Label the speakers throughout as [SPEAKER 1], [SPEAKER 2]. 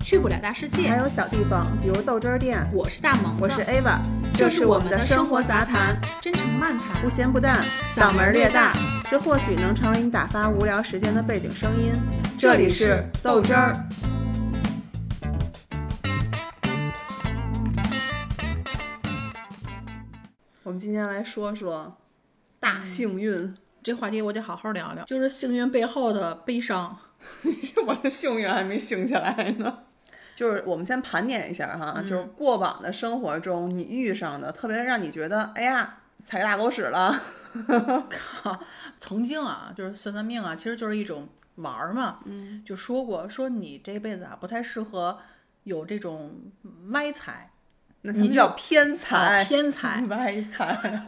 [SPEAKER 1] 去不了大世界
[SPEAKER 2] 还。有小地方，比如豆汁儿店。
[SPEAKER 1] 哎我是大萌子，
[SPEAKER 2] 我是 Ava，
[SPEAKER 1] 这
[SPEAKER 2] 是
[SPEAKER 1] 是
[SPEAKER 2] 我
[SPEAKER 1] 们
[SPEAKER 2] 的
[SPEAKER 1] 生
[SPEAKER 2] 活
[SPEAKER 1] 杂
[SPEAKER 2] 谈，，
[SPEAKER 1] 真诚漫谈
[SPEAKER 2] 不。咸不淡，
[SPEAKER 1] 嗓
[SPEAKER 2] 嗓
[SPEAKER 1] 门
[SPEAKER 2] 门
[SPEAKER 1] 儿
[SPEAKER 2] 儿
[SPEAKER 1] 略
[SPEAKER 2] 略
[SPEAKER 1] 大
[SPEAKER 2] 大，这或许能成为你打发无聊时间的背景声音。
[SPEAKER 1] 这
[SPEAKER 2] 这
[SPEAKER 1] 里
[SPEAKER 2] 里
[SPEAKER 1] 是
[SPEAKER 2] 是
[SPEAKER 1] 豆
[SPEAKER 2] 豆
[SPEAKER 1] 汁
[SPEAKER 2] 汁
[SPEAKER 1] 儿
[SPEAKER 2] 儿。我们今天来说说大幸运，
[SPEAKER 1] 这话题我得好好聊聊，嗯就是幸运背后的悲伤。
[SPEAKER 3] 我的幸运还没兴起来呢。
[SPEAKER 2] 就是我们先盘点一下哈，
[SPEAKER 1] 嗯
[SPEAKER 2] 就是过往的生活中你遇上的特别让你觉得哎呀踩大狗屎了，
[SPEAKER 1] 曾经啊，就是算算命啊，其实就是一种玩儿嘛。嗯，就说过说你这辈子啊不太适合有这种歪财、
[SPEAKER 2] 那你就叫偏财，
[SPEAKER 1] 哦偏财，啊
[SPEAKER 2] 歪财。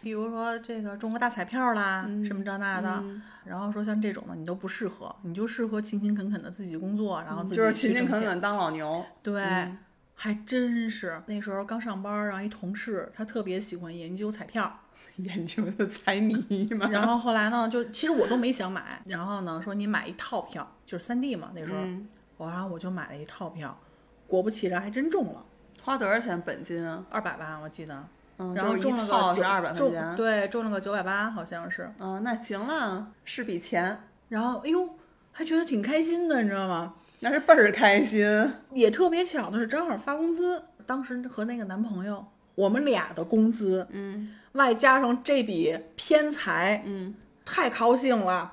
[SPEAKER 1] 比如说这个中个大彩票啦，什么这那的。然后说像这种的你都不适合，你就适合勤勤恳恳的自己工作，然后自己
[SPEAKER 2] 就是
[SPEAKER 1] 去
[SPEAKER 2] 勤勤
[SPEAKER 1] 挣
[SPEAKER 2] 恳
[SPEAKER 1] 钱
[SPEAKER 2] 恳当 老牛。
[SPEAKER 1] 对，还真是。那时候刚上班儿，然后一同事他特别喜欢研究彩票，
[SPEAKER 3] 眼睛的财迷嘛，
[SPEAKER 1] 然后后来呢，就其实我都没想买，然后呢说你买一套票，就是三 D 嘛那时候，
[SPEAKER 2] 嗯
[SPEAKER 1] 我、然后我就买了一套票，果不其然还真中了。
[SPEAKER 2] 花多少钱本金啊？
[SPEAKER 1] 二百万我记得，
[SPEAKER 2] 嗯，
[SPEAKER 1] 然后
[SPEAKER 2] 就是
[SPEAKER 1] 中
[SPEAKER 2] 一
[SPEAKER 1] 了
[SPEAKER 2] 套
[SPEAKER 1] 个
[SPEAKER 2] 是
[SPEAKER 1] 九
[SPEAKER 2] 二百块
[SPEAKER 1] 中
[SPEAKER 2] 钱。
[SPEAKER 1] 对，中了个九百八好像是，
[SPEAKER 2] 嗯，那行了，是笔钱，
[SPEAKER 1] 然后哎呦，还觉得挺开心的，你知道吗？
[SPEAKER 2] 那是倍儿开心。
[SPEAKER 1] 也特别巧的是，正好发工资，当时和那个男朋友，我们俩的工资，嗯，外加上这笔偏财，嗯，太高兴了，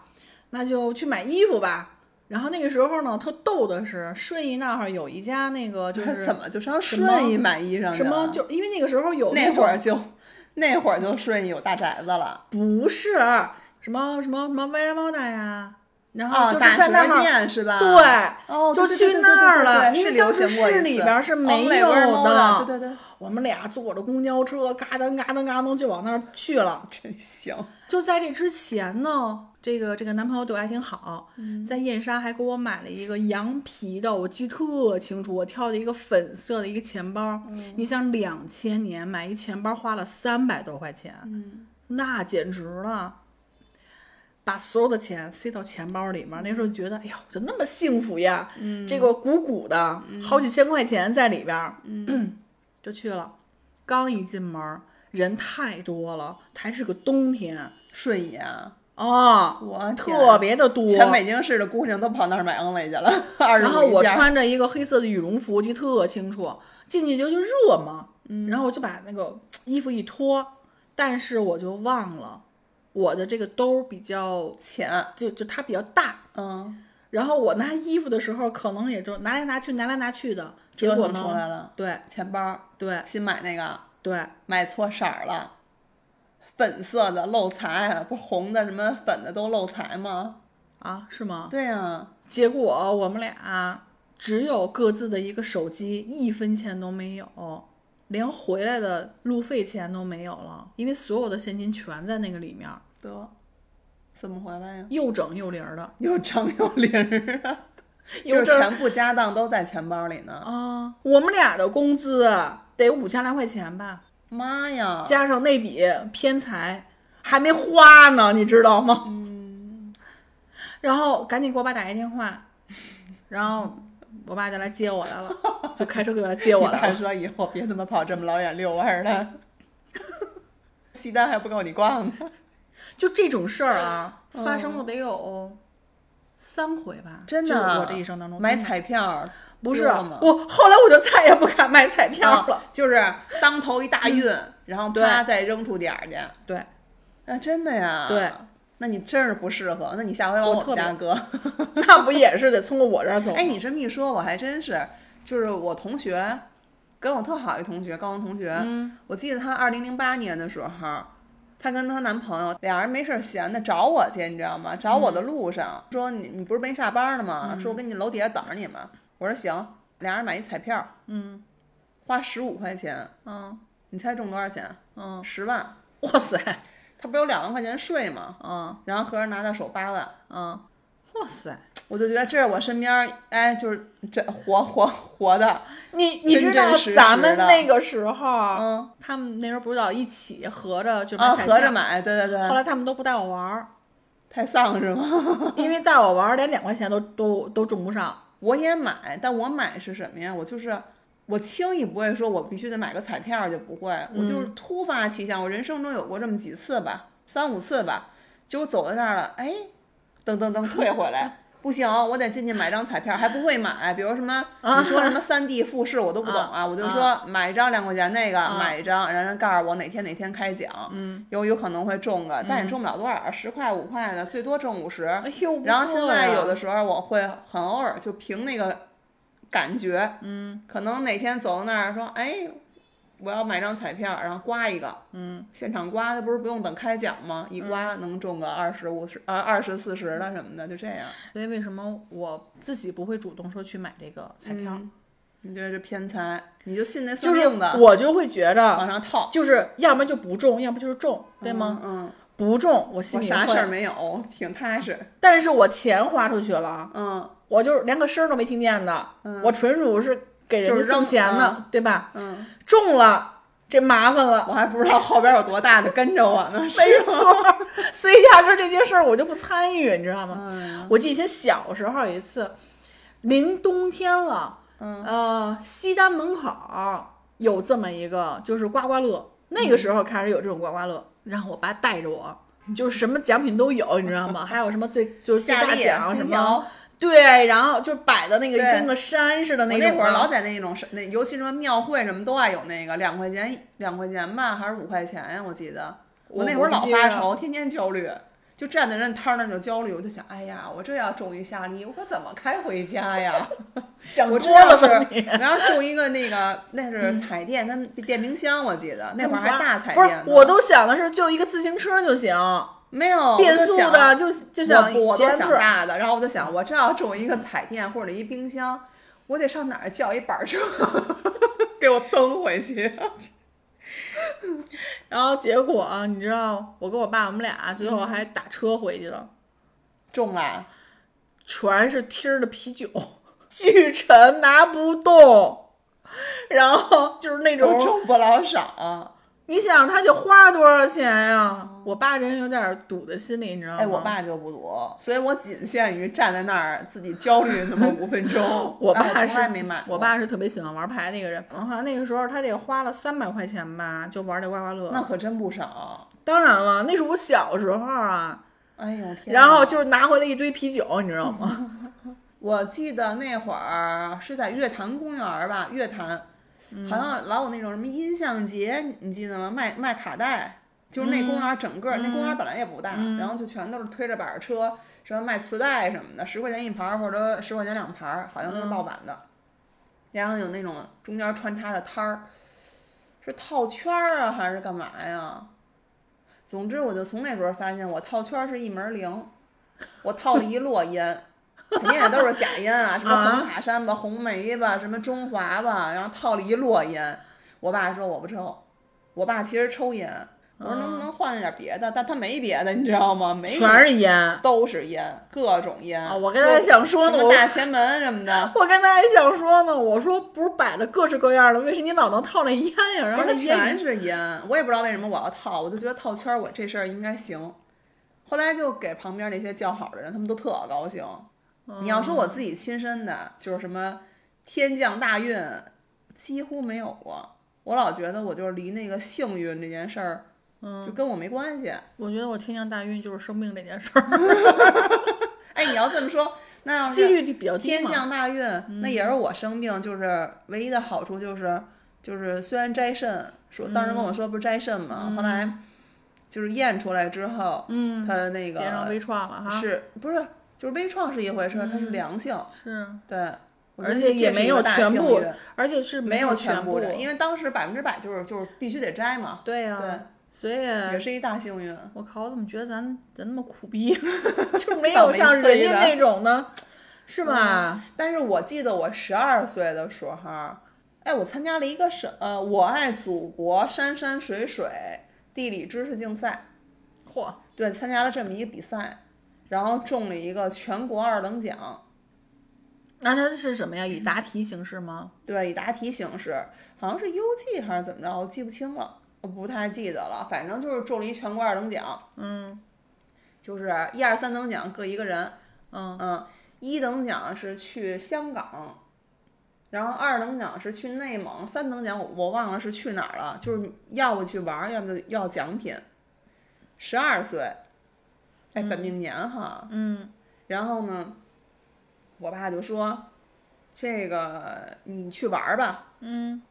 [SPEAKER 1] 那就去买衣服吧。然后那个时候呢，特逗的是，顺义那儿有一家那个就是
[SPEAKER 2] 怎么就上
[SPEAKER 1] 么
[SPEAKER 2] 顺义买衣裳去
[SPEAKER 1] 什么，
[SPEAKER 2] 了？
[SPEAKER 1] 就因为那个时候有
[SPEAKER 2] 那
[SPEAKER 1] 种
[SPEAKER 2] 会儿就那会儿就顺义有大宅子了。
[SPEAKER 1] 不是什么什么什么薇娅猫的呀，然后
[SPEAKER 2] 哦，
[SPEAKER 1] 啊就是
[SPEAKER 2] 打
[SPEAKER 1] 在那
[SPEAKER 2] 折
[SPEAKER 1] 儿。
[SPEAKER 2] 店是吧？
[SPEAKER 1] 对，
[SPEAKER 2] 哦，
[SPEAKER 1] 就
[SPEAKER 2] 对
[SPEAKER 1] 去那儿了，因为
[SPEAKER 2] 对对对对对对是流
[SPEAKER 1] 当时
[SPEAKER 2] 行过一
[SPEAKER 1] 市
[SPEAKER 2] 次
[SPEAKER 1] 里边儿是没
[SPEAKER 2] 哦那
[SPEAKER 1] 有
[SPEAKER 2] 味儿猫
[SPEAKER 1] 的。
[SPEAKER 2] 的。对对对，
[SPEAKER 1] 我们俩坐着公交车，嘎噔嘎噔嘎噔就往那儿去了。
[SPEAKER 2] 真行。
[SPEAKER 1] 就在这之前呢，这个这个男朋友对我还挺好，在燕莎还给我买了一个羊皮的，我记特清楚，我挑的一个粉色的一个钱包。你想，两千年买一钱包花了三百多块钱，那简直了。把所有的钱塞到钱包里面，那时候觉得，哎呦，我就那么幸福呀！这个鼓鼓的，好几千块钱在里边儿， 就去了。刚一进门儿，人太多了，还是个冬天
[SPEAKER 2] 顺义啊，
[SPEAKER 1] 哦，
[SPEAKER 2] 我天啊
[SPEAKER 1] 特别的多。
[SPEAKER 2] 全北京市的姑娘都跑那儿买昂雷去了，二十
[SPEAKER 1] 然后我
[SPEAKER 2] 一件儿
[SPEAKER 1] 穿着一个黑色的羽绒服，我记得特清楚，进去就就热嘛，
[SPEAKER 2] 嗯
[SPEAKER 1] 然后我就把那个衣服一脱，但是我就忘了我的这个兜儿比较，
[SPEAKER 2] 钱，
[SPEAKER 1] 就就它比较大，
[SPEAKER 2] 嗯，
[SPEAKER 1] 然后我拿衣服的时候，可能也就拿来拿去，拿来拿去的，结
[SPEAKER 2] 折
[SPEAKER 1] 果
[SPEAKER 2] 腾出
[SPEAKER 1] 呢，
[SPEAKER 2] 来了。
[SPEAKER 1] 对
[SPEAKER 2] 钱包
[SPEAKER 1] 对
[SPEAKER 2] 新买那个，
[SPEAKER 1] 对，
[SPEAKER 2] 买错色儿了，粉色的漏财，啊不是红的什么粉的都漏财吗？
[SPEAKER 1] 啊，是吗？
[SPEAKER 2] 对呀、
[SPEAKER 1] 结果我们俩只有各自的一个手机，一分钱都没有，连回来的路费钱都没有了，因为所有的现金全在那个里面，
[SPEAKER 2] 得怎么回来呀？
[SPEAKER 1] 又整又零儿的，
[SPEAKER 2] 又整又零儿啊，
[SPEAKER 1] 有
[SPEAKER 2] 就是
[SPEAKER 1] 证儿
[SPEAKER 2] 全部家当都在钱包里呢。
[SPEAKER 1] 啊，我们俩的工资得五千来块钱吧，
[SPEAKER 2] 妈呀，
[SPEAKER 1] 加上那笔偏财还没花呢，你知道吗？嗯。 然后赶紧给我爸打一电话，然后我爸就来接我来了，就开车给我来接
[SPEAKER 2] 你
[SPEAKER 1] 我来
[SPEAKER 2] 爸
[SPEAKER 1] 了。
[SPEAKER 2] 说以后别他妈跑这么老远遛弯儿了，西单还不够你逛呢。
[SPEAKER 1] 就这种事儿啊，发生了得有三回吧，
[SPEAKER 2] 嗯真
[SPEAKER 1] 就
[SPEAKER 2] 的
[SPEAKER 1] 是
[SPEAKER 2] 啊，
[SPEAKER 1] 我这一生当中
[SPEAKER 2] 买
[SPEAKER 1] 真的
[SPEAKER 2] 彩票
[SPEAKER 1] 不是
[SPEAKER 2] 丢了吗
[SPEAKER 1] 我，后来我就再也不敢买彩票了。
[SPEAKER 2] 啊，就是当头一大
[SPEAKER 1] 嗯
[SPEAKER 2] 运，然后啪再扔出点儿去。
[SPEAKER 1] 对，
[SPEAKER 2] 啊，真的呀？
[SPEAKER 1] 对，
[SPEAKER 2] 那你真是不适合。那你下回往
[SPEAKER 1] 我
[SPEAKER 2] 我
[SPEAKER 1] 特
[SPEAKER 2] 们
[SPEAKER 1] 别
[SPEAKER 2] 家搁。
[SPEAKER 1] 那不也是得通过我这儿走吗？
[SPEAKER 2] 哎，你这么一说，我还真是，就是我同学，跟我特好一同学，高中同学，
[SPEAKER 1] 嗯
[SPEAKER 2] 我记得她二零零八年的时候，她跟她男朋友俩人没事儿闲的找我去，你知道吗？找我的路上、说你你不是没下班呢吗？说我跟你楼底下等着你们。我说行，俩人买一彩票，嗯，花十五块钱，
[SPEAKER 1] 嗯
[SPEAKER 2] 你猜中多少钱？
[SPEAKER 1] 嗯，
[SPEAKER 2] 十万。
[SPEAKER 1] 哇塞，
[SPEAKER 2] 他不是有两万块钱税吗？
[SPEAKER 1] 嗯
[SPEAKER 2] 然后合着拿到手八万，
[SPEAKER 1] 嗯，哇塞，
[SPEAKER 2] 我就觉得这是我身边儿，哎，就是这活活活的，
[SPEAKER 1] 你你知
[SPEAKER 2] 真
[SPEAKER 1] 道
[SPEAKER 2] 真实实
[SPEAKER 1] 咱们
[SPEAKER 2] 的
[SPEAKER 1] 那个时候，
[SPEAKER 2] 嗯，
[SPEAKER 1] 他们那时候不是老一起合着就买
[SPEAKER 2] 啊，
[SPEAKER 1] 彩
[SPEAKER 2] 合着
[SPEAKER 1] 票，
[SPEAKER 2] 买，对对
[SPEAKER 1] 后
[SPEAKER 2] 对，
[SPEAKER 1] 来他们都不带 我玩儿，
[SPEAKER 2] 太丧是吗？
[SPEAKER 1] 因为带我玩儿连两块钱都都都中不上，
[SPEAKER 2] 我也买，但我买是什么呀？我就是我轻易不会说我必须得买个彩票，就不会，
[SPEAKER 1] 嗯
[SPEAKER 2] 我就是突发奇想，我人生中有过这么几次吧，三五次吧，结果走到这儿了，哎，噔噔噔退回 来。不行，我得进去买张彩票，还不会买，比如什么你说什么三 D 复式我都不懂啊，
[SPEAKER 1] 啊
[SPEAKER 2] 我就说买一张两块钱那个，买一张，然后人告诉我哪天哪天开奖，嗯，有有可能会中个，
[SPEAKER 1] 嗯
[SPEAKER 2] 但也中不了多少，十块五块的，最多中五十，
[SPEAKER 1] 哎呦，不
[SPEAKER 2] 然后现
[SPEAKER 1] 错
[SPEAKER 2] 在
[SPEAKER 1] 呀
[SPEAKER 2] 有的时候我会很偶尔就凭那个感觉，嗯，可能哪天走到那儿说，哎，我要买张彩票，然后刮一个，嗯，现场刮，那不是不用等开奖吗？一刮
[SPEAKER 1] 嗯
[SPEAKER 2] 能中个二十五十，呃，二十四十的什么的，就这样。
[SPEAKER 1] 所以为什么我自己不会主动说去买这个彩票？
[SPEAKER 2] 你觉得这偏财，你就信那
[SPEAKER 1] 嗯
[SPEAKER 2] 算
[SPEAKER 1] 就是
[SPEAKER 2] 嗯命的，
[SPEAKER 1] 我就会觉
[SPEAKER 2] 往
[SPEAKER 1] 着，
[SPEAKER 2] 上套，
[SPEAKER 1] 就是要么就不中，要么就是中，对吗？
[SPEAKER 2] 嗯，
[SPEAKER 1] 不中我
[SPEAKER 2] 我
[SPEAKER 1] 心里
[SPEAKER 2] 啥事儿
[SPEAKER 1] 会，
[SPEAKER 2] 没有，挺踏实，
[SPEAKER 1] 但是我钱花出去了，
[SPEAKER 2] 嗯，
[SPEAKER 1] 我就是连个声儿都没听见的，我纯属是给人
[SPEAKER 2] 就
[SPEAKER 1] 家
[SPEAKER 2] 是扔
[SPEAKER 1] 送钱的，
[SPEAKER 2] 嗯
[SPEAKER 1] 对吧？
[SPEAKER 2] 嗯，
[SPEAKER 1] 中了这麻烦了，
[SPEAKER 2] 我还不知道后边有多大的跟着我 呢，是
[SPEAKER 1] 没
[SPEAKER 2] 吗？
[SPEAKER 1] 错，所以压根儿这件事儿我就不参与，你知道吗？
[SPEAKER 2] 嗯
[SPEAKER 1] 我记得以前小时候有一次，临冬天了，
[SPEAKER 2] 嗯
[SPEAKER 1] 呃，西单门口儿有这么一个，就是刮刮乐，那个时候开始有这种刮刮乐，然后我爸带着我。就是什么奖品都有，你知道吗？还有什么最就是最
[SPEAKER 2] 夏
[SPEAKER 1] 大
[SPEAKER 2] 利
[SPEAKER 1] 奖
[SPEAKER 2] 空
[SPEAKER 1] 什
[SPEAKER 2] 调
[SPEAKER 1] 么？对，然后就摆的那个
[SPEAKER 2] 对
[SPEAKER 1] 跟个山似的
[SPEAKER 2] 我
[SPEAKER 1] 那种
[SPEAKER 2] 那
[SPEAKER 1] 的。
[SPEAKER 2] 会儿老在那种是那，尤其什么庙会什么都爱有那个两块钱两块钱吧，还是五块钱呀？我记得
[SPEAKER 1] 我
[SPEAKER 2] 我那会儿
[SPEAKER 1] 不
[SPEAKER 2] 老
[SPEAKER 1] 记
[SPEAKER 2] 发
[SPEAKER 1] 着
[SPEAKER 2] 愁，天天焦虑，就站在人摊儿那就焦虑，我就想，哎呀，我这要中一夏利，我可怎么开回家呀？
[SPEAKER 1] 想
[SPEAKER 2] 我
[SPEAKER 1] 多
[SPEAKER 2] 这要
[SPEAKER 1] 了吧
[SPEAKER 2] 是
[SPEAKER 1] 你？
[SPEAKER 2] 然后中一个那个那是彩电跟电冰箱，我记得那会儿还大彩
[SPEAKER 1] 嗯不是
[SPEAKER 2] 电呢，，
[SPEAKER 1] 我都想的是就一个自行车就行，
[SPEAKER 2] 没有
[SPEAKER 1] 变
[SPEAKER 2] 我就
[SPEAKER 1] 速
[SPEAKER 2] 想
[SPEAKER 1] 的就就想
[SPEAKER 2] 我我
[SPEAKER 1] 捷
[SPEAKER 2] 都
[SPEAKER 1] 安
[SPEAKER 2] 想
[SPEAKER 1] 特
[SPEAKER 2] 大的，然后我就
[SPEAKER 1] 嗯
[SPEAKER 2] 想，我这要中一个彩电或者一冰箱，我得上哪儿叫一板车 给我蹬回去？
[SPEAKER 1] 然后结果啊、你知道，我跟我爸我们俩最
[SPEAKER 2] 嗯
[SPEAKER 1] 后还打车回去了，
[SPEAKER 2] 中了，
[SPEAKER 1] 全是贴儿的啤酒，巨沉拿不动，然后就是那
[SPEAKER 2] 都
[SPEAKER 1] 种，
[SPEAKER 2] 中不老少。
[SPEAKER 1] 你想他得花多少钱呀、我爸人有点堵在心里，你知道吗？
[SPEAKER 2] 哦哎，我爸就不赌，所以我仅限于站在那儿自己焦虑那么五分
[SPEAKER 1] 。
[SPEAKER 2] 钟
[SPEAKER 1] 我
[SPEAKER 2] 然后
[SPEAKER 1] 爸
[SPEAKER 2] 哎从
[SPEAKER 1] 是
[SPEAKER 2] 来没买过，
[SPEAKER 1] 我爸是特别喜欢玩牌的一个人，好像那个时候他得花了三百块钱吧，就玩这刮刮
[SPEAKER 2] 那
[SPEAKER 1] 乐。
[SPEAKER 2] 可真不少。
[SPEAKER 1] 当然了，那是我小时候啊，
[SPEAKER 2] 哎呦天哪！嗯
[SPEAKER 1] 然后就是拿回来一堆啤酒，你知道吗？
[SPEAKER 2] 我记得那会儿是在月坛公园儿吧，月坛，
[SPEAKER 1] 嗯
[SPEAKER 2] 好像老有那种什么音像节，你记得吗？卖卖卡带，就是那公园儿整个儿、那公园儿本来也不大，然后就全都是推着板儿车，什么卖磁带什么的，十块钱一盘儿或者十块钱两盘儿，好像都是盗版的。然后有那种中间穿插着摊儿，是套圈儿啊还是干嘛呀？总之，我就从那时候发现，我套圈儿是一门儿灵，我套了一摞烟。肯定也都是假烟啊，什么红塔山吧、红梅吧、什么中华吧，然后套了一摞烟。我爸说我不抽，我爸其实抽烟。我说能不能换点别的？但他没别的，你知道吗？没别的
[SPEAKER 1] 嗯全是烟。
[SPEAKER 2] 都是烟，各种烟。
[SPEAKER 1] 啊我刚才想说呢
[SPEAKER 2] 什
[SPEAKER 1] 我
[SPEAKER 2] 么大前门什么的，
[SPEAKER 1] 我刚才还想说呢，我说不是摆的各式各样的，为什么你老能套那烟呀？然
[SPEAKER 2] 不
[SPEAKER 1] 后
[SPEAKER 2] 是
[SPEAKER 1] 那
[SPEAKER 2] 它全
[SPEAKER 1] 烟
[SPEAKER 2] 是烟，我也不知道为什么我要套，我就觉得套圈儿我这事儿应该行。后来就给旁边那些叫好的人，他们都特高兴。
[SPEAKER 1] 嗯
[SPEAKER 2] 你要说我自己亲身的，就是什么天降大运，几乎没有过。我老觉得我就是离那个幸运这件事儿，就跟我没关系。
[SPEAKER 1] 嗯我觉得我天降大运就是生病这件事儿，
[SPEAKER 2] 哎，你要这么说，那要
[SPEAKER 1] 几
[SPEAKER 2] 是
[SPEAKER 1] 率比较低
[SPEAKER 2] 天
[SPEAKER 1] 嘛。
[SPEAKER 2] 降大运，那也是我生病，就是唯一的好处就是，就是虽然摘肾，说当时跟我说不是摘肾嘛，后来就是验出来之后，
[SPEAKER 1] 嗯，
[SPEAKER 2] 他的那个
[SPEAKER 1] 别让微创了哈。
[SPEAKER 2] 是不是就是微创是一回事儿，它是良性，
[SPEAKER 1] 是，
[SPEAKER 2] 对，嗯我觉
[SPEAKER 1] 而且
[SPEAKER 2] 得这
[SPEAKER 1] 也
[SPEAKER 2] 是一
[SPEAKER 1] 没
[SPEAKER 2] 个
[SPEAKER 1] 有
[SPEAKER 2] 大
[SPEAKER 1] 全
[SPEAKER 2] 幸
[SPEAKER 1] 部
[SPEAKER 2] 运，
[SPEAKER 1] 而且是
[SPEAKER 2] 没
[SPEAKER 1] 有
[SPEAKER 2] 全
[SPEAKER 1] 部
[SPEAKER 2] 的，因为当时百分之百就是就是必须得摘嘛，
[SPEAKER 1] 对呀、
[SPEAKER 2] 对
[SPEAKER 1] 所以
[SPEAKER 2] 也是一大幸运。
[SPEAKER 1] 我靠，我怎么觉得咱咱那么苦 逼，就没
[SPEAKER 2] 倒
[SPEAKER 1] 有
[SPEAKER 2] 霉
[SPEAKER 1] 像人
[SPEAKER 2] 催
[SPEAKER 1] 家
[SPEAKER 2] 的嗯
[SPEAKER 1] 那种 的，是吧？
[SPEAKER 2] 但是我记得我十二岁的时候，哎，我参加了一个什呃，我爱祖国山山水水地理知识竞赛，
[SPEAKER 1] 嚯、
[SPEAKER 2] 对，参加了这么一个比赛，然后中了一个全国二等奖，
[SPEAKER 1] 那它是什么呀？以答题形式吗？
[SPEAKER 2] 对，以答题形式，好像是 UG 还是怎么着，我记不清了，我不太记得了，反正就是中了一全国二等奖，
[SPEAKER 1] 嗯
[SPEAKER 2] 就是一二三等奖各一个人，
[SPEAKER 1] 嗯
[SPEAKER 2] 嗯，一等奖是去香港，然后二等奖是去内蒙，三等奖我我忘了是去哪儿了，就是要不去玩儿，要么就要奖品。十二岁，哎，本命年哈，
[SPEAKER 1] 嗯
[SPEAKER 2] 然后呢，我爸就说：“这个你去玩儿吧。
[SPEAKER 1] 嗯”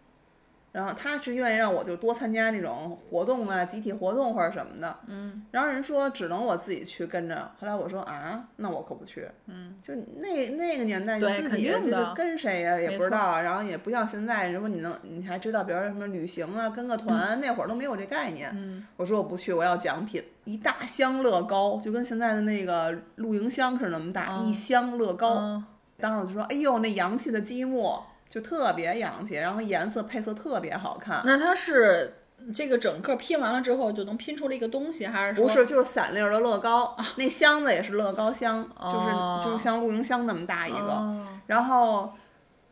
[SPEAKER 2] 然后他是愿意让我就多参加那种活动啊，集体活动或者什么的。
[SPEAKER 1] 嗯，
[SPEAKER 2] 然后人说只能我自己去跟着。后来我说啊，那我可不去。
[SPEAKER 1] 嗯，
[SPEAKER 2] 就那那个年代，你
[SPEAKER 1] 对
[SPEAKER 2] 自
[SPEAKER 1] 肯
[SPEAKER 2] 己
[SPEAKER 1] 定
[SPEAKER 2] 这
[SPEAKER 1] 的
[SPEAKER 2] 个跟谁呀、也
[SPEAKER 1] 没
[SPEAKER 2] 不知道，然后也不像现在，如果你能，你还知道，比如说什么旅行啊， 跟个团，那会儿都没有这概念。
[SPEAKER 1] 嗯，
[SPEAKER 2] 我说我不去，我要奖品，一大箱乐高，就跟现在的那个露营箱是那么大，
[SPEAKER 1] 嗯
[SPEAKER 2] 一箱乐高。
[SPEAKER 1] 嗯
[SPEAKER 2] 当时我就说，哎呦，那洋气的积木就特别洋气，然后颜色配色特别好看。
[SPEAKER 1] 那它是这个整个拼完了之后就能拼出了一个东西，还是说
[SPEAKER 2] 不是，就是散粒儿的乐高，那箱子也是乐高箱，
[SPEAKER 1] 嗯哦
[SPEAKER 2] 就是就是像露营箱那么大一个，
[SPEAKER 1] 哦
[SPEAKER 2] 然后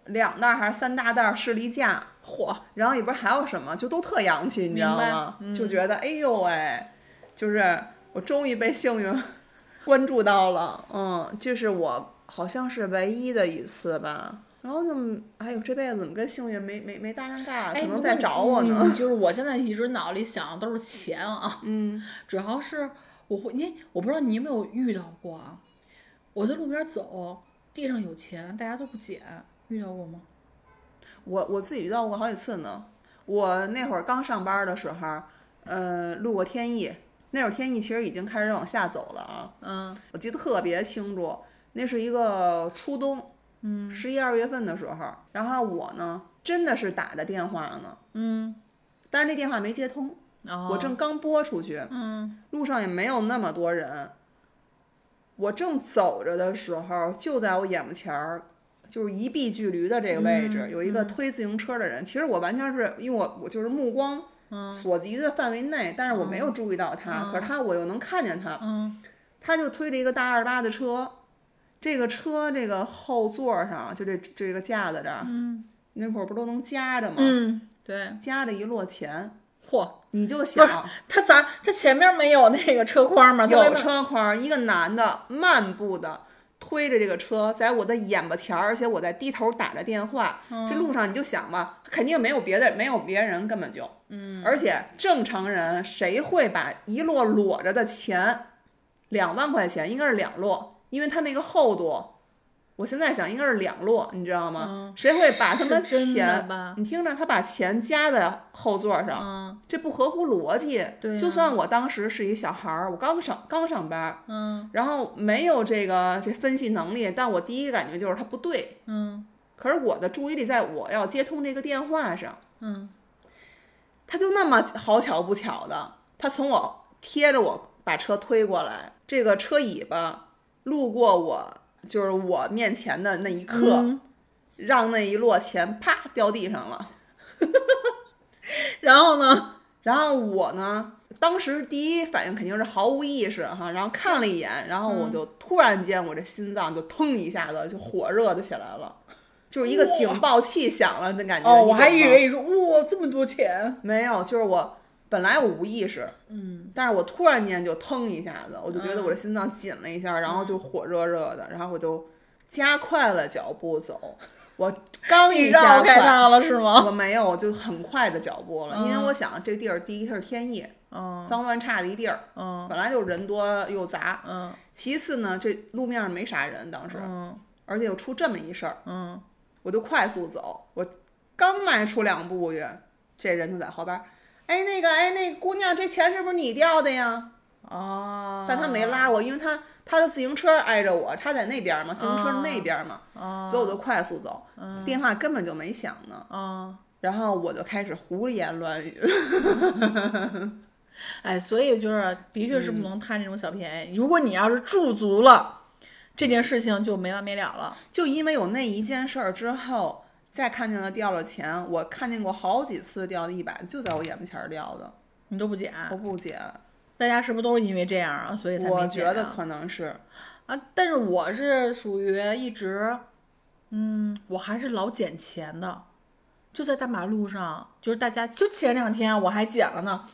[SPEAKER 2] 两袋儿还是三大袋儿士力架，
[SPEAKER 1] 嚯，
[SPEAKER 2] 然后里边还有什么，就都特洋气，你知道
[SPEAKER 1] 明白嗯
[SPEAKER 2] 吗？就觉得哎呦喂，就是我终于被幸运关注到了，嗯，这是我好像是唯一的一次吧。然后就哎呦，这辈子怎么跟幸运没没没搭上尬，
[SPEAKER 1] 哎，
[SPEAKER 2] 啊可能
[SPEAKER 1] 不
[SPEAKER 2] 再
[SPEAKER 1] 过
[SPEAKER 2] 找我呢。
[SPEAKER 1] 你就是我现在一直脑里想的都是钱啊，
[SPEAKER 2] 嗯，
[SPEAKER 1] 主要是我会，因为我不知道你有没有遇到过啊，我在路边走，地上有钱，大家都不捡，遇到过吗？
[SPEAKER 2] 我我自己遇到过好几次呢。我那会儿刚上班的时候，呃，路过天意，那会儿天意其实已经开始往下走了啊。
[SPEAKER 1] 嗯
[SPEAKER 2] 我记得特别清楚，那是一个初冬，
[SPEAKER 1] 嗯
[SPEAKER 2] 十一二月份的时候，然后我呢真的是打着电话呢，
[SPEAKER 1] 嗯，
[SPEAKER 2] 但是那电话没接通，
[SPEAKER 1] 哦
[SPEAKER 2] 我正刚拨出去，
[SPEAKER 1] 嗯
[SPEAKER 2] 路上也没有那么多人。我正走着的时候，就在我眼巴前儿，就是一臂距离的这个位置，
[SPEAKER 1] 嗯
[SPEAKER 2] 有一个推自行车的人。其实我完全是因为我我就是目光
[SPEAKER 1] 嗯
[SPEAKER 2] 所及的范围内，但是我没有注意到他，
[SPEAKER 1] 嗯
[SPEAKER 2] 可是他我又能看见他，
[SPEAKER 1] 嗯
[SPEAKER 2] 他就推着一个大二八的车，这个车这个后座上就这这个架子这儿，
[SPEAKER 1] 嗯
[SPEAKER 2] 那会儿不都能夹着吗？
[SPEAKER 1] 嗯，对，
[SPEAKER 2] 夹着一摞钱，
[SPEAKER 1] 嚯，
[SPEAKER 2] 你就想
[SPEAKER 1] 他咋他前面没有那个车筐吗？他为
[SPEAKER 2] 有
[SPEAKER 1] 嘛
[SPEAKER 2] 车筐儿，一个男的漫步的推着这个车，在我的眼巴前儿，而且我在低头打着电话。这路上你就想吧，肯定没有别的，没有别人，根本就，嗯，而且正常人谁会把一摞裸着的钱，两万块钱应该是两摞，因为它那个厚度。我现在想应该是两摞，你知道吗？
[SPEAKER 1] 嗯
[SPEAKER 2] 谁会把
[SPEAKER 1] 是
[SPEAKER 2] 他们
[SPEAKER 1] 真的
[SPEAKER 2] 钱
[SPEAKER 1] 吧？
[SPEAKER 2] 你听着，他把钱夹在后座上，
[SPEAKER 1] 嗯
[SPEAKER 2] 这不合乎逻辑。
[SPEAKER 1] 对啊呀
[SPEAKER 2] 就算我当时是一小孩儿，我刚上刚上班儿，
[SPEAKER 1] 嗯
[SPEAKER 2] 然后没有这个这分析能力，但我第一个感觉就是它不对。
[SPEAKER 1] 嗯
[SPEAKER 2] 可是我的注意力在我要接通这个电话上，
[SPEAKER 1] 嗯
[SPEAKER 2] 他就那么好巧不巧的，他从我贴着我把车推过来，这个车尾巴路过我，就是我面前的那一刻，
[SPEAKER 1] 嗯
[SPEAKER 2] 让那一摞钱啪掉地上了。嗯
[SPEAKER 1] 然后呢？
[SPEAKER 2] 然后我呢，当时第一反应肯定是毫无意识哈，然后看了一眼，然后
[SPEAKER 1] 嗯
[SPEAKER 2] 我就突然间我这心脏就腾一下子就火热的起来了，就是一个警报器响了那感觉。
[SPEAKER 1] 哦，
[SPEAKER 2] 你
[SPEAKER 1] 我
[SPEAKER 2] 懂
[SPEAKER 1] 还以
[SPEAKER 2] 吗
[SPEAKER 1] 为你说哇这么多钱，
[SPEAKER 2] 没有，就是我本来我无意识，
[SPEAKER 1] 嗯
[SPEAKER 2] 但是我突然间就腾一下子，我就觉得我这心脏紧了一下，然后就火热热的，然后我就加快了脚 步走。我刚
[SPEAKER 1] 你
[SPEAKER 2] 一加
[SPEAKER 1] 绕开
[SPEAKER 2] 快，
[SPEAKER 1] 他了是吗？
[SPEAKER 2] 我没有，我就很快的脚步了，因为我想这地儿第一它是天意，
[SPEAKER 1] 嗯
[SPEAKER 2] 脏乱差的一地儿，
[SPEAKER 1] 嗯
[SPEAKER 2] 本来就人多又杂。
[SPEAKER 1] 嗯
[SPEAKER 2] 其次呢，这路面上没啥人，当时，
[SPEAKER 1] 嗯
[SPEAKER 2] 而且又出这么一事儿，
[SPEAKER 1] 嗯
[SPEAKER 2] 我就快速走。我刚迈出两步远，这人就在后边儿，哎，那个，哎，那姑娘，这钱是不是你掉的呀？
[SPEAKER 1] 哦，
[SPEAKER 2] 但他没拉我，因为他他的自行车挨着我，他在那边儿嘛，自行车那边儿嘛，
[SPEAKER 1] 哦
[SPEAKER 2] 所以我就快速走，
[SPEAKER 1] 嗯
[SPEAKER 2] 电话根本就没响呢。
[SPEAKER 1] 哦，
[SPEAKER 2] 然后我就开始胡言乱语，
[SPEAKER 1] 哎，所以就是的确是不能贪这种小便宜。如果你要是驻足了，这件事情就没完没了了。
[SPEAKER 2] 就因为有那一件事儿之后，再看见了掉了钱，我看见过好几次掉的一百，就在我眼巴前儿掉的，
[SPEAKER 1] 你都不捡，
[SPEAKER 2] 我不解，
[SPEAKER 1] 大家是不是都是因为啊这样啊？所以才没
[SPEAKER 2] 我
[SPEAKER 1] 捡
[SPEAKER 2] 觉得
[SPEAKER 1] 啊
[SPEAKER 2] 可能是，
[SPEAKER 1] 啊，但是我是属于一直，嗯，我还是老捡钱的，就在大马路上，就是大家就前两天我还捡了呢，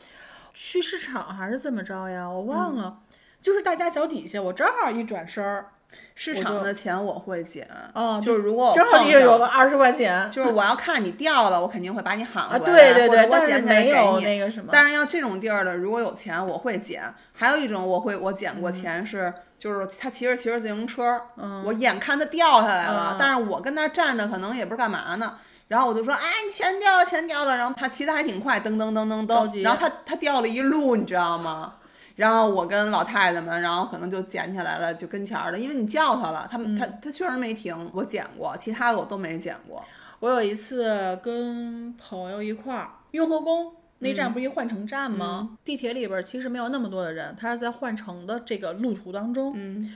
[SPEAKER 1] 去嗯市场还是怎么着呀？我忘了，就是大家脚底下，我正好一转身儿，
[SPEAKER 2] 市
[SPEAKER 1] 我
[SPEAKER 2] 场
[SPEAKER 1] 就
[SPEAKER 2] 的钱我会减，
[SPEAKER 1] 哦
[SPEAKER 2] 就是如果我
[SPEAKER 1] 正好
[SPEAKER 2] 碰
[SPEAKER 1] 地有
[SPEAKER 2] 上
[SPEAKER 1] 个二十块钱
[SPEAKER 2] 就是我要看你掉了，我肯定会把你喊回
[SPEAKER 1] 啊，
[SPEAKER 2] 来，
[SPEAKER 1] 对对对，
[SPEAKER 2] 或者
[SPEAKER 1] 但
[SPEAKER 2] 我
[SPEAKER 1] 是
[SPEAKER 2] 捡起来
[SPEAKER 1] 没有
[SPEAKER 2] 给
[SPEAKER 1] 那
[SPEAKER 2] 你。
[SPEAKER 1] 个什么，
[SPEAKER 2] 但是要这种地儿的，如果有钱，我会捡。还有一种，我会我捡过
[SPEAKER 1] 嗯
[SPEAKER 2] 钱是，就是他骑着骑着自行车，我眼看他掉下来了，
[SPEAKER 1] 嗯
[SPEAKER 2] 但是我跟那儿站着，可能也不知道干嘛呢。然后我就说，哎，你钱掉了，钱掉了。然后他骑的还挺快，噔噔噔噔
[SPEAKER 1] 着急
[SPEAKER 2] 噔。然后他他掉了一路，你知道吗？然后我跟老太太们，然后可能就捡起来了，就跟前儿了，因为你叫他了，他
[SPEAKER 1] 嗯
[SPEAKER 2] 们、他他确实没停，我捡过，其他的我都没捡过。
[SPEAKER 1] 我有一次跟朋友一块儿，雍和宫那站不是一换乘站吗？地铁里边儿其实没有那么多的人，他是在换乘的这个路途当中。
[SPEAKER 2] 嗯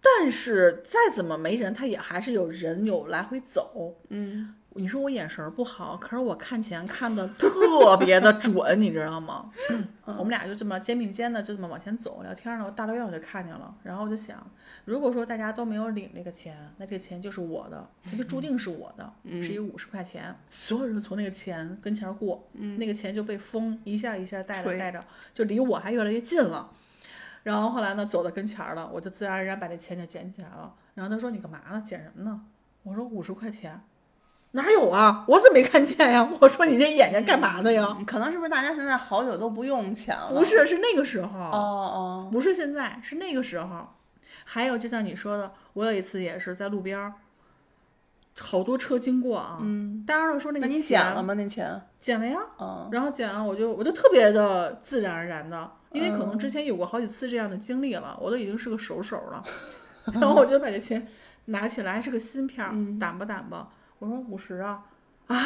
[SPEAKER 1] 但是再怎么没人，他也还是有人有来回走。
[SPEAKER 2] 嗯，
[SPEAKER 1] 你说我眼神儿不好，可是我看钱看的特别的准，你知道吗？我们俩就这么肩并肩的就这么往前走，聊天呢。我大老远我就看见了，然后我就想，如果说大家都没有领这个钱，那这个钱就是我的，它就注定是我的，是一个五十块钱。所有人从那个钱跟前儿过，那个钱就被风一下一下带着
[SPEAKER 2] 吹
[SPEAKER 1] 带着，就离我还越来越近了。然后后来呢，走到跟前儿了，我就自然而然把这钱就捡起来了。然后他说：“你干嘛呢？捡什么呢？”我说：“五十块钱。”哪有啊？我怎么没看见呀？ 我说你这眼睛干嘛的呀？
[SPEAKER 2] 可能是不是大家现在好久都不用钱了？
[SPEAKER 1] 不是，是那个时候，
[SPEAKER 2] 哦哦，
[SPEAKER 1] 不是现在，是那个时候。还有，就像你说的，我有一次也是在路边儿，好多车经过啊。嗯，当然了，说那
[SPEAKER 2] 那
[SPEAKER 1] 个
[SPEAKER 2] 你
[SPEAKER 1] 钱
[SPEAKER 2] 捡了吗？那钱？
[SPEAKER 1] 捡了呀。
[SPEAKER 2] 嗯
[SPEAKER 1] 然后捡完我就我就特别的自然而然的，因为可能
[SPEAKER 2] 嗯
[SPEAKER 1] 之前有过好几次这样的经历了，我都已经是个熟手了。 然后我就把这钱拿起来，还是个新片儿，
[SPEAKER 2] 嗯
[SPEAKER 1] 掸吧掸吧。我说五十啊，啊，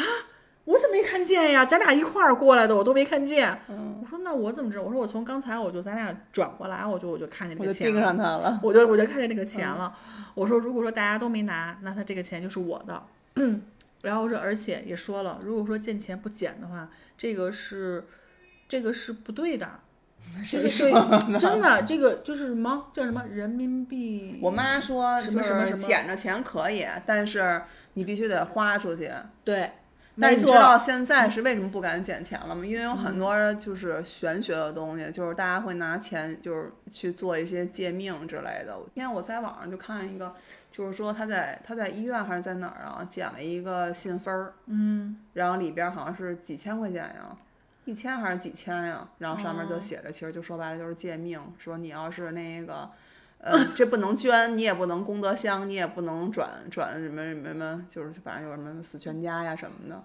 [SPEAKER 1] 我怎么没看见呀？咱俩一块儿过来的，我都没看见。
[SPEAKER 2] 嗯
[SPEAKER 1] 我说那我怎么知道？我说我从刚才我就咱俩转过来，我就我就看见这
[SPEAKER 2] 我
[SPEAKER 1] 个
[SPEAKER 2] 就
[SPEAKER 1] 钱
[SPEAKER 2] 盯
[SPEAKER 1] 了，
[SPEAKER 2] 上它了。
[SPEAKER 1] 我就我就看见这个钱了。我说如果说大家都没拿，那他这个钱就是我的。 然后我说，而且也说了，如果说见钱不捡的话，这个是这个是不对的。这 是对，真的，这个就是什么叫什么人民币？
[SPEAKER 2] 我妈说，
[SPEAKER 1] 什
[SPEAKER 2] 就
[SPEAKER 1] 么什么什
[SPEAKER 2] 是
[SPEAKER 1] 么
[SPEAKER 2] 捡着钱可以，但是你必须得花出去。
[SPEAKER 1] 对，
[SPEAKER 2] 但
[SPEAKER 1] 没
[SPEAKER 2] 是你知
[SPEAKER 1] 错，嗯
[SPEAKER 2] 道现在是为什么不敢捡钱了吗？因为有很多就是玄学的东西，就是大家会拿钱就是去做一些借命之类的。今天我在网上就看一个，就是说他在他在医院还是在哪儿啊，捡了一个信封儿，嗯，然后里边好像是几千块钱呀。一千还是几千呀？然后上面
[SPEAKER 1] 哦
[SPEAKER 2] 就写着，其实就说白了就是借命，说你要是那个，呃，这不能捐，你也不能功德箱，你也不能转转什么什么什么，就是反正有什么死全家呀什么的。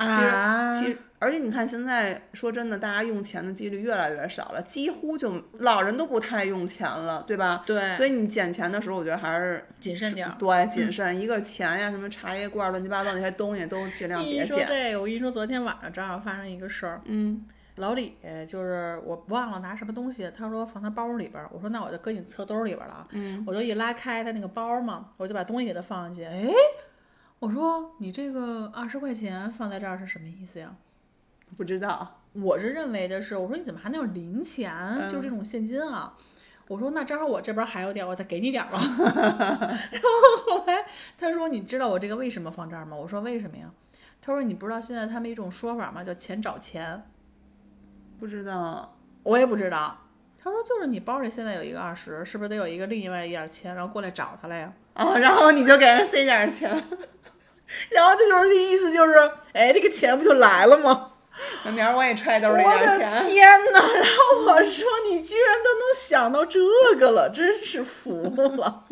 [SPEAKER 2] 其实，
[SPEAKER 1] 啊，
[SPEAKER 2] 其实，而且你看，现在说真的，大家用钱的几率越来越少了，几乎就老人都不太用钱了，对吧？
[SPEAKER 1] 对
[SPEAKER 2] 所以你捡钱的时候，我觉得还是
[SPEAKER 1] 谨慎嗯点儿。
[SPEAKER 2] 对谨慎。一个钱呀，什么茶叶罐儿、乱七八糟那些东西都尽量
[SPEAKER 1] 一
[SPEAKER 2] 别
[SPEAKER 1] 说
[SPEAKER 2] 捡。
[SPEAKER 1] 这个，我跟你说，昨天晚上正好发生一个事儿。
[SPEAKER 2] 嗯，
[SPEAKER 1] 老李就是我忘了拿什么东西，他说放他包里边儿，我说那我就搁你侧兜里边儿了啊。嗯，我就一拉开他那个包嘛，我就把东西给他放进去。哎，我说你这个二十块钱放在这儿是什么意思呀？
[SPEAKER 2] 不知道，
[SPEAKER 1] 我是认为的是，我说你怎么还能有零钱，就是这种现金啊？我说那正好我这边还有点，我再给你点儿吧。然后后来他说你知道我这个为什么放这儿吗？我说为什么呀？他说你不知道现在他们一种说法吗？叫钱找钱。
[SPEAKER 2] 不知道。
[SPEAKER 1] 我也不知道。他说就是你包里现在有一个二十，是不是得有一个另外一点钱，然后过来找他来呀？
[SPEAKER 2] 啊，然后你就给人塞点儿钱，
[SPEAKER 1] 然后他就是这意思就是，哎，这个钱不就来了吗？
[SPEAKER 2] 那明儿我也揣兜
[SPEAKER 1] 我
[SPEAKER 2] 里点儿
[SPEAKER 1] 的
[SPEAKER 2] 钱。
[SPEAKER 1] 天哪！然后我说你居然都能想到这个了，真是服 了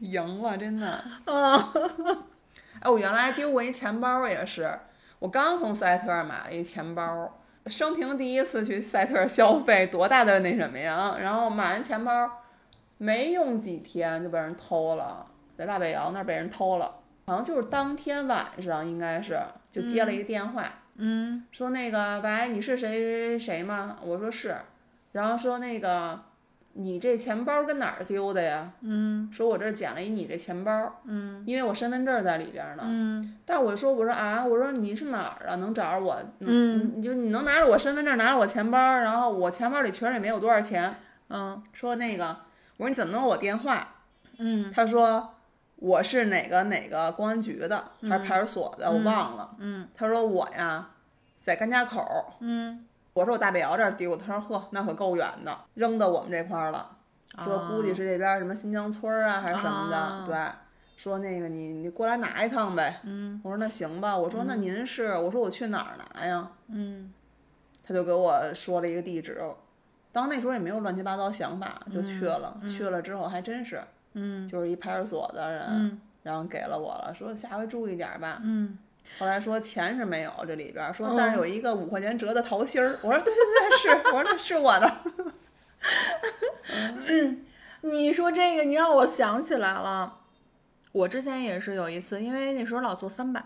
[SPEAKER 2] 赢了，真 的。
[SPEAKER 1] 啊！
[SPEAKER 2] 哎，我原来丢过一钱包儿也是，我刚从赛特儿买了一钱包儿，生平第一次去赛特儿消费，多大的那什么呀？然后买完钱包儿，没用几天就被人偷了，在大北窑那儿被人偷了，好像就是当天晚上，应该是就接了一个电话，
[SPEAKER 1] 嗯，
[SPEAKER 2] 说那个喂，你是谁谁谁吗？我说是，然后说那个你这钱包跟哪儿丢的呀？嗯，说我这儿捡了一你这钱包，嗯，因为我身份证在里边呢，嗯，但是我说我说啊，我说你是哪儿啊？能找着我？嗯，你就你能拿着我身份证，拿着我钱包，然后我钱包里确实也没有多少钱，
[SPEAKER 1] 嗯，
[SPEAKER 2] 说那个我说你怎么能有我电话？嗯，他说。我是哪个哪个公安局的，还是派出所的，我忘了。嗯，他说我呀，在甘家口。嗯，我说我大北窑这儿丢，他说呵，那可够远的，扔到我们这块儿了。说
[SPEAKER 1] 哦
[SPEAKER 2] 估计是这边儿什么新疆村儿啊还是什么的，
[SPEAKER 1] 啊
[SPEAKER 2] 对，说那个你你过来拿一趟呗。嗯，我说那行吧，我说那您是，我说我去哪儿拿呀？
[SPEAKER 1] 嗯
[SPEAKER 2] 他就给我说了一个地址，当那时候也没有乱七八糟想法，就去了。去了之后还真是，
[SPEAKER 1] 嗯
[SPEAKER 2] 就是一派出所的人，
[SPEAKER 1] 嗯
[SPEAKER 2] 然后给了我了，说下回注意点儿吧。
[SPEAKER 1] 嗯，
[SPEAKER 2] 后来说钱是没有这里边儿，说
[SPEAKER 1] 嗯
[SPEAKER 2] 但是有一个五块钱折的桃心儿，我说对对对，是，我说那是我的。
[SPEAKER 1] 你说这个，你让我想起来了，我之前也是有一次，因为那时候老做三百，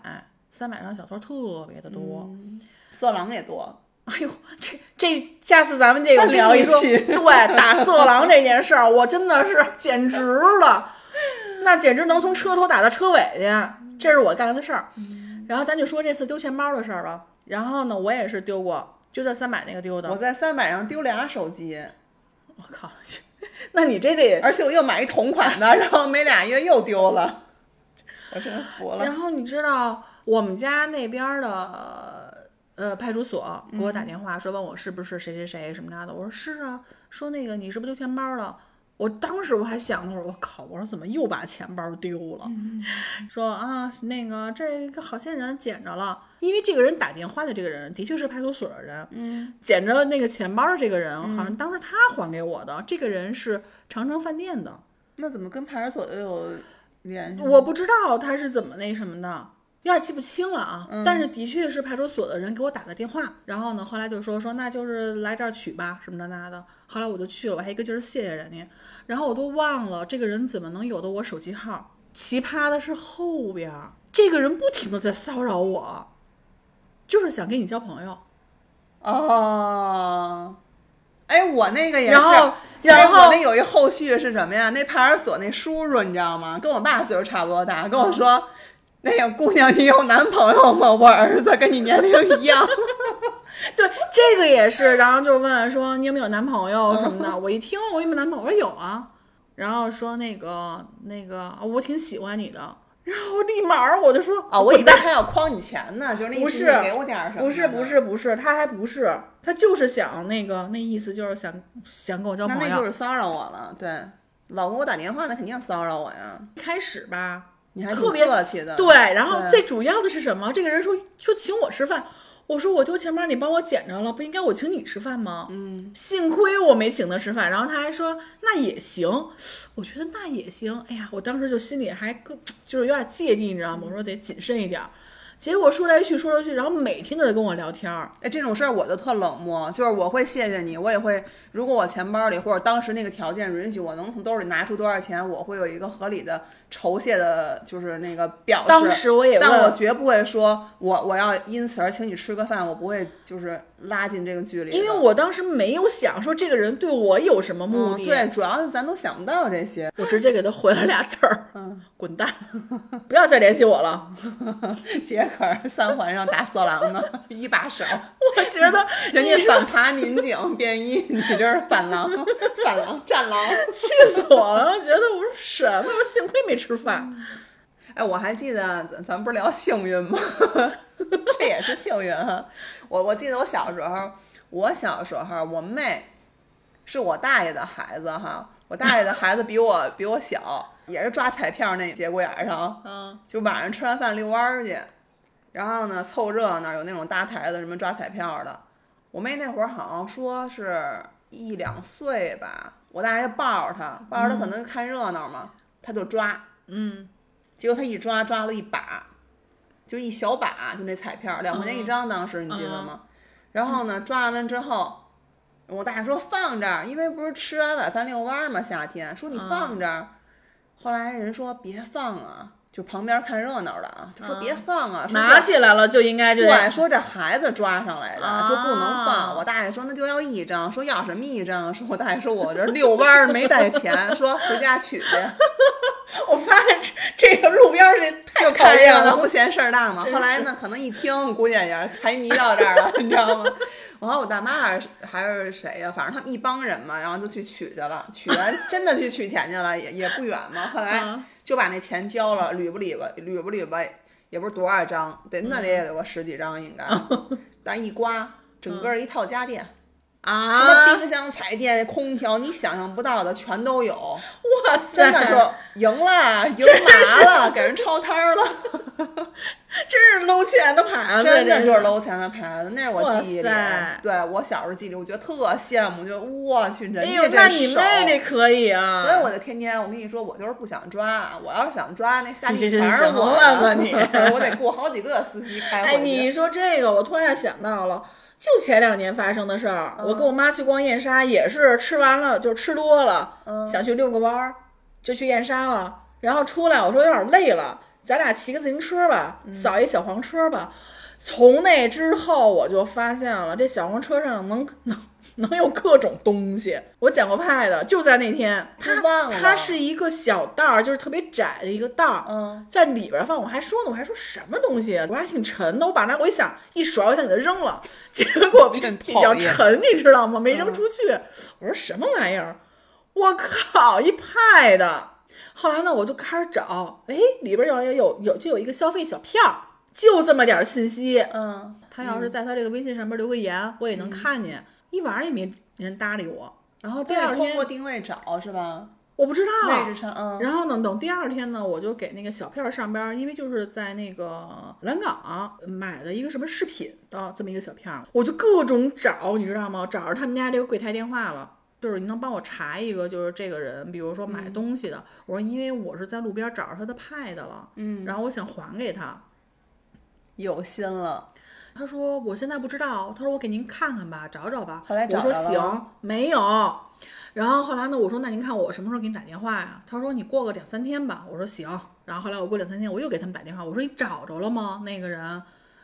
[SPEAKER 1] 三百上小偷特别的
[SPEAKER 2] 嗯
[SPEAKER 1] 多。
[SPEAKER 2] 色狼也多，
[SPEAKER 1] 哎呦，这这下次咱们这个
[SPEAKER 2] 单聊一
[SPEAKER 1] 我跟你
[SPEAKER 2] 期
[SPEAKER 1] 说 对打色狼这件事儿，我真的是简直了，那简直能从车头打到车尾去，这是我干的事儿。
[SPEAKER 2] 嗯
[SPEAKER 1] 然后咱就说这次丢钱包的事儿吧。然后呢，我也是丢过，就在三百那个丢的。
[SPEAKER 2] 我在三百上丢俩手机，
[SPEAKER 1] 我靠，那你这得
[SPEAKER 2] 而且我又买一同款的，然后没俩月又丢了，我真服了。
[SPEAKER 1] 然后你知道我们家那边儿的呃派出所给我打电话说问我是不是谁谁谁什么啥的，我说是啊，说那个你是不是丢钱包了？我当时我还想了会儿，我靠，我说怎么又把钱包丢了？说啊，那个这个好心人捡着了，因为这个人打电话的这个人的确是派出所的人，嗯，捡着那个钱包的这个人，好像当时他还给我的，这个人是长城饭店的，
[SPEAKER 2] 那怎么跟派出所又有联系？
[SPEAKER 1] 我不知道他是怎么那什么的，有点记不清了啊。但是的确是派出所的人给我打的电话，然后呢，后来就说说那就是来这儿取吧，什么的那的。后来我就去了，我还一个劲儿谢谢人家，然后我都忘了这个人怎么能有的我手机号。奇葩的是后边儿这个人不停的在骚扰我，就是想跟你交朋友。
[SPEAKER 2] 哦，哎，我那个也是。
[SPEAKER 1] 然后然
[SPEAKER 2] 哎
[SPEAKER 1] 后
[SPEAKER 2] 我那有一后续是什么呀？那派出所那叔叔你知道吗？跟我爸岁数差不多大，跟我说，那个姑娘你有男朋友吗？我儿子跟你年龄一 样。
[SPEAKER 1] 对，这个也是，然后就问说你有没有男朋友什么的。我一听我有没有男朋友，我说有啊，然后说那个那个啊我挺喜欢你的，然后立马儿我就说
[SPEAKER 2] 啊、我以为他要诓你钱 呢，就是那意
[SPEAKER 1] 不
[SPEAKER 2] 思
[SPEAKER 1] 是
[SPEAKER 2] 你给我点儿什么的。
[SPEAKER 1] 不是不是不是，他还不是，他就是想那个那意思就是想想跟我交
[SPEAKER 2] 那
[SPEAKER 1] 朋
[SPEAKER 2] 那
[SPEAKER 1] 友。
[SPEAKER 2] 就是骚扰我了，对，老公我打电话那肯定骚扰我呀，
[SPEAKER 1] 开始吧，
[SPEAKER 2] 你还挺
[SPEAKER 1] 特别
[SPEAKER 2] 客气的，
[SPEAKER 1] 对，然后
[SPEAKER 2] 对
[SPEAKER 1] 最主要的是什么？这个人说说请我吃饭，我说我丢钱包，你帮我捡着了，不应该我请你吃饭吗？嗯，幸亏我没请他吃饭，然后他还说那也行，我觉得那也行。哎呀，我当时就心里还更就是有点芥蒂，你知道吗？我说得谨慎一点儿。结果说来一去说来一去，然后每天都在跟我聊天儿。
[SPEAKER 2] 哎，这种事儿我就特冷漠，就是我会谢谢你，我也会，如果我钱包里或者当时那个条件允许，我能从兜里拿出多少钱，我会有一个合理的酬谢的，就是那个表示。
[SPEAKER 1] 当时我也问
[SPEAKER 2] 但我绝不会说我我要因此而请你吃个饭，我不会就是拉近这个距离的，
[SPEAKER 1] 因为我当时没有想说这个人对我有什么目
[SPEAKER 2] 嗯
[SPEAKER 1] 的，
[SPEAKER 2] 对，主要是咱都想不到这些，
[SPEAKER 1] 我直接给他回了俩字儿，
[SPEAKER 2] 嗯
[SPEAKER 1] 滚蛋， 不要再联系我了。
[SPEAKER 2] 杰克儿三环上打色狼呢， 一把手。
[SPEAKER 1] 我觉 得
[SPEAKER 2] 人
[SPEAKER 1] 你
[SPEAKER 2] 家
[SPEAKER 1] 说
[SPEAKER 2] 反扒民警便衣，你这是反狼、反狼、战狼。
[SPEAKER 1] 气死我了！我觉得我说啊什么？我幸亏没吃饭。
[SPEAKER 2] 哎，我还记得咱咱不是聊幸运吗？ 这也是幸运哈、我我记得我小时候，我小时候我妹是我大爷的孩子哈，我大爷的孩子比我比我小，也是抓彩票那节骨眼儿上，
[SPEAKER 1] 嗯，
[SPEAKER 2] 就晚上吃完饭遛弯儿去，然后呢凑热闹，有那种搭台子什么抓彩票的。我妹那会儿好像说是一两岁吧，我大爷抱着她，抱着她可能看热闹嘛，她就抓，
[SPEAKER 1] 嗯，
[SPEAKER 2] 结果她一抓抓了一把，就一小把，就那彩票两块钱一张，当时你记得吗？然后呢，抓完了之后。我大爷说放这儿，因为不是吃完晚饭遛弯儿嘛，夏天说你放这儿。后来人说别放啊，就旁边看热闹的啊，就说别放啊，
[SPEAKER 1] 嗯
[SPEAKER 2] 说
[SPEAKER 1] 拿
[SPEAKER 2] 这
[SPEAKER 1] 起来了就应该就
[SPEAKER 2] 对，说这孩子抓上来的、
[SPEAKER 1] 啊
[SPEAKER 2] 就不能放。我大爷说那就要一张，说要什么一张？说我大爷说我这遛弯儿没带钱，说回家取去。
[SPEAKER 1] 我发现这个路边儿这太
[SPEAKER 2] 就
[SPEAKER 1] 讨
[SPEAKER 2] 看
[SPEAKER 1] 厌
[SPEAKER 2] 热闹
[SPEAKER 1] 了。
[SPEAKER 2] 不 嫌事儿大嘛。后来呢，可能一听，估计也是财迷到这儿了， 你知道吗？然后我大妈还是还是谁呀、反正他们一帮人嘛，然后就去取去了，取 完真的去取钱去了，也也不远嘛。后来
[SPEAKER 1] 嗯
[SPEAKER 2] 就把那钱交了，捋吧捋吧，捋吧捋吧，也不是多少
[SPEAKER 1] 嗯
[SPEAKER 2] 张，得那得也得有个十几张应该，但一刮，整个一套家电，什
[SPEAKER 1] 嗯啊
[SPEAKER 2] 么！冰箱、彩电、空调，你想象不到的全都有，
[SPEAKER 1] 哇塞，
[SPEAKER 2] 真的就赢了，赢 麻了，给人抄摊儿了，
[SPEAKER 1] 真是搂钱的盘子，
[SPEAKER 2] 真
[SPEAKER 1] 这
[SPEAKER 2] 的啊就是搂钱的牌子，那是我记忆里
[SPEAKER 1] 哇塞，
[SPEAKER 2] 对我小时候记忆里，我觉得特羡慕，就我去人
[SPEAKER 1] 哎
[SPEAKER 2] 家
[SPEAKER 1] 呦，那
[SPEAKER 2] 这
[SPEAKER 1] 你
[SPEAKER 2] 手。
[SPEAKER 1] 妹这可以啊！
[SPEAKER 2] 所以我就天天，我跟你说，我就是不想抓，我要是想抓，那下
[SPEAKER 1] 你
[SPEAKER 2] 地
[SPEAKER 1] 这
[SPEAKER 2] 全
[SPEAKER 1] 是
[SPEAKER 2] 是
[SPEAKER 1] 怎么
[SPEAKER 2] 我
[SPEAKER 1] 了吧
[SPEAKER 2] 的，
[SPEAKER 1] 你
[SPEAKER 2] 我得雇好几个司机开回去。嗯
[SPEAKER 1] 哎，你一说这个，我突然想到了，就前两年发生的事儿。我
[SPEAKER 2] 嗯
[SPEAKER 1] 跟我妈去逛燕莎，也是吃完了就吃多了，
[SPEAKER 2] 嗯
[SPEAKER 1] 想去遛个弯儿，就去燕莎了。然后出来，我说有点累了，咱俩骑个自行车吧，
[SPEAKER 2] 嗯
[SPEAKER 1] 扫一小黄车吧。从那之后，我就发现了这小黄车上能能能有各种东西。我捡过派的，就在那天，它
[SPEAKER 2] 都忘了
[SPEAKER 1] 它是一个小袋儿，就是特别窄的一个袋儿，
[SPEAKER 2] 嗯，
[SPEAKER 1] 在里边儿放。我还说呢，我还说什么东西啊，我还挺沉的。我把那我一想一甩，我想给它扔了， 结果比
[SPEAKER 3] 真
[SPEAKER 1] 比
[SPEAKER 3] 讨
[SPEAKER 1] 较
[SPEAKER 3] 厌
[SPEAKER 1] 沉，你知道吗？没
[SPEAKER 2] 嗯
[SPEAKER 1] 扔出去。我说什么玩意儿？我靠，一派的。后来呢，我就开始找，哎，里边有有有就有一个消费小票儿，就这么点儿信息。
[SPEAKER 2] 嗯，
[SPEAKER 1] 他要是在他这个微信上面留个言，我也能看见。一晚上也没人搭理我，啊然后第
[SPEAKER 2] 对，
[SPEAKER 1] 二
[SPEAKER 2] 通
[SPEAKER 1] 天
[SPEAKER 2] 过定位找是吧？
[SPEAKER 1] 我不知道。
[SPEAKER 2] 位置上，嗯，
[SPEAKER 1] 然后呢，等第二天呢，我就给那个小票上边儿，因为就是在那个蓝港买的一个什么饰品的这么一个小票，我就各种找，你知道吗？找着他们家这个柜台电话了。就是你能帮我查一个，就是这个人，比如说买东西的，我说因为我是在路边找着他的派的了，嗯，然后我想还给他，
[SPEAKER 2] 有心了，
[SPEAKER 1] 他说我现在不知道，他说我给您看看吧，找找吧。
[SPEAKER 2] 后来找
[SPEAKER 1] 我说
[SPEAKER 2] 着了
[SPEAKER 1] 行
[SPEAKER 2] 吗，
[SPEAKER 1] 没有。然后后来呢，我说那您看我什么时候给你打电话呀？他说你过个两三天吧。我说行。然后后来我过两三天，我又给他们打电话，我说你找着了吗？那个人。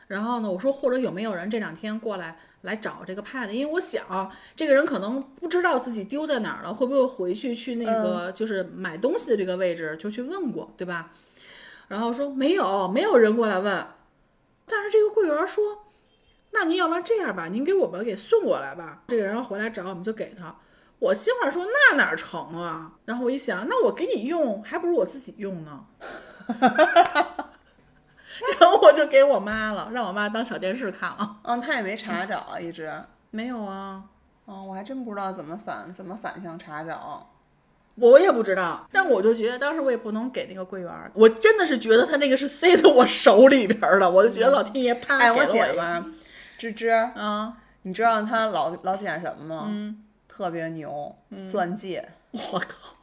[SPEAKER 1] 然后呢，我说或者有没有人这两天过来来找这个 pad？因为我想这个人可能不知道自己丢在哪儿了，会不会回去去那
[SPEAKER 2] 嗯
[SPEAKER 1] 个就是买东西的这个位置就去问过，对吧？然后说没有，没有人过来问。但是这个柜员说，那您要不然这样吧，您给我们给送过来吧。这个人回来找我们就给他。我心话说那哪成啊？然后我一想，那我给你用，还不如我自己用呢。 然后我就给我妈了，让我妈当小电视看了。
[SPEAKER 2] 嗯，他也没查找，一直，
[SPEAKER 1] 没有啊，
[SPEAKER 2] 哦，我还真不知道怎么反怎么反向查找，
[SPEAKER 1] 我也不知道，但我就觉得当时我也不能给那个柜员儿，我真的是觉得他那个是塞到我手里边儿的，我就觉得老天爷啪
[SPEAKER 2] 哎，
[SPEAKER 1] 给
[SPEAKER 2] 我
[SPEAKER 1] 了
[SPEAKER 2] 姐
[SPEAKER 1] 一
[SPEAKER 2] 吧，芝芝，
[SPEAKER 1] 个啊，
[SPEAKER 2] 你知道她老老捡什么吗？
[SPEAKER 1] 嗯
[SPEAKER 2] 特别牛，钻戒，
[SPEAKER 1] 我靠，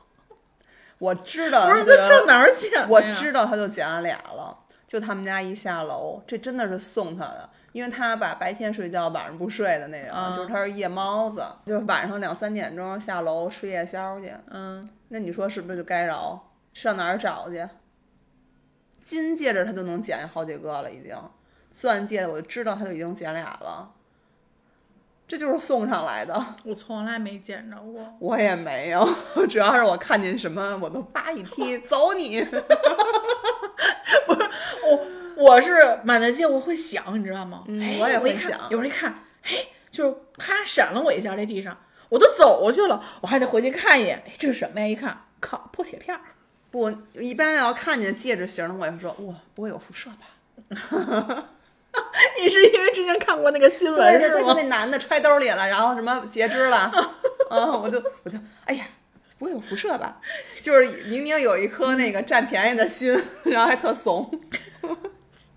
[SPEAKER 2] 我知道
[SPEAKER 1] 不
[SPEAKER 2] 她
[SPEAKER 1] 是
[SPEAKER 2] 就
[SPEAKER 1] 他上哪儿捡的呀？
[SPEAKER 2] 我知道她就捡了俩了，就他们家一下楼，这真的是送她的。因为她吧，白天睡觉，晚上不睡的那种，
[SPEAKER 1] 嗯
[SPEAKER 2] 就是她是夜猫子，就是晚上两三点钟下楼吃夜宵去，
[SPEAKER 1] 嗯，
[SPEAKER 2] 那你说是不是就该饶？上哪儿找去？金戒指他就能捡好几个了，已经。钻戒我知道他就已经捡俩了，这就是送上来的。
[SPEAKER 1] 我从来没捡着过。
[SPEAKER 2] 我也没有， 主要是我看见什么我都叭一踢，走你！
[SPEAKER 1] 哦我是满大街，我会想，你知道吗？
[SPEAKER 2] 嗯
[SPEAKER 1] 哎
[SPEAKER 2] 我也会
[SPEAKER 1] 一看
[SPEAKER 2] 想
[SPEAKER 1] 有人一看，哎，就是啪闪了我一下，在地上，我都走过去了，我还得回去看一眼，哎，这是什么呀？一看，靠，破铁片儿。
[SPEAKER 2] 不，一般要看见戒指型的，我也会说哇，不会有辐射吧？
[SPEAKER 1] 你是因为之前看过那个新
[SPEAKER 2] 对
[SPEAKER 1] 闻
[SPEAKER 2] 对
[SPEAKER 1] 是
[SPEAKER 2] 对，就
[SPEAKER 1] 吗
[SPEAKER 2] 那？男的揣兜里了，然后什么截肢了，啊，我就我就哎呀，不会有辐射吧？就是明明有一颗那个占便宜的心， 然后还特怂。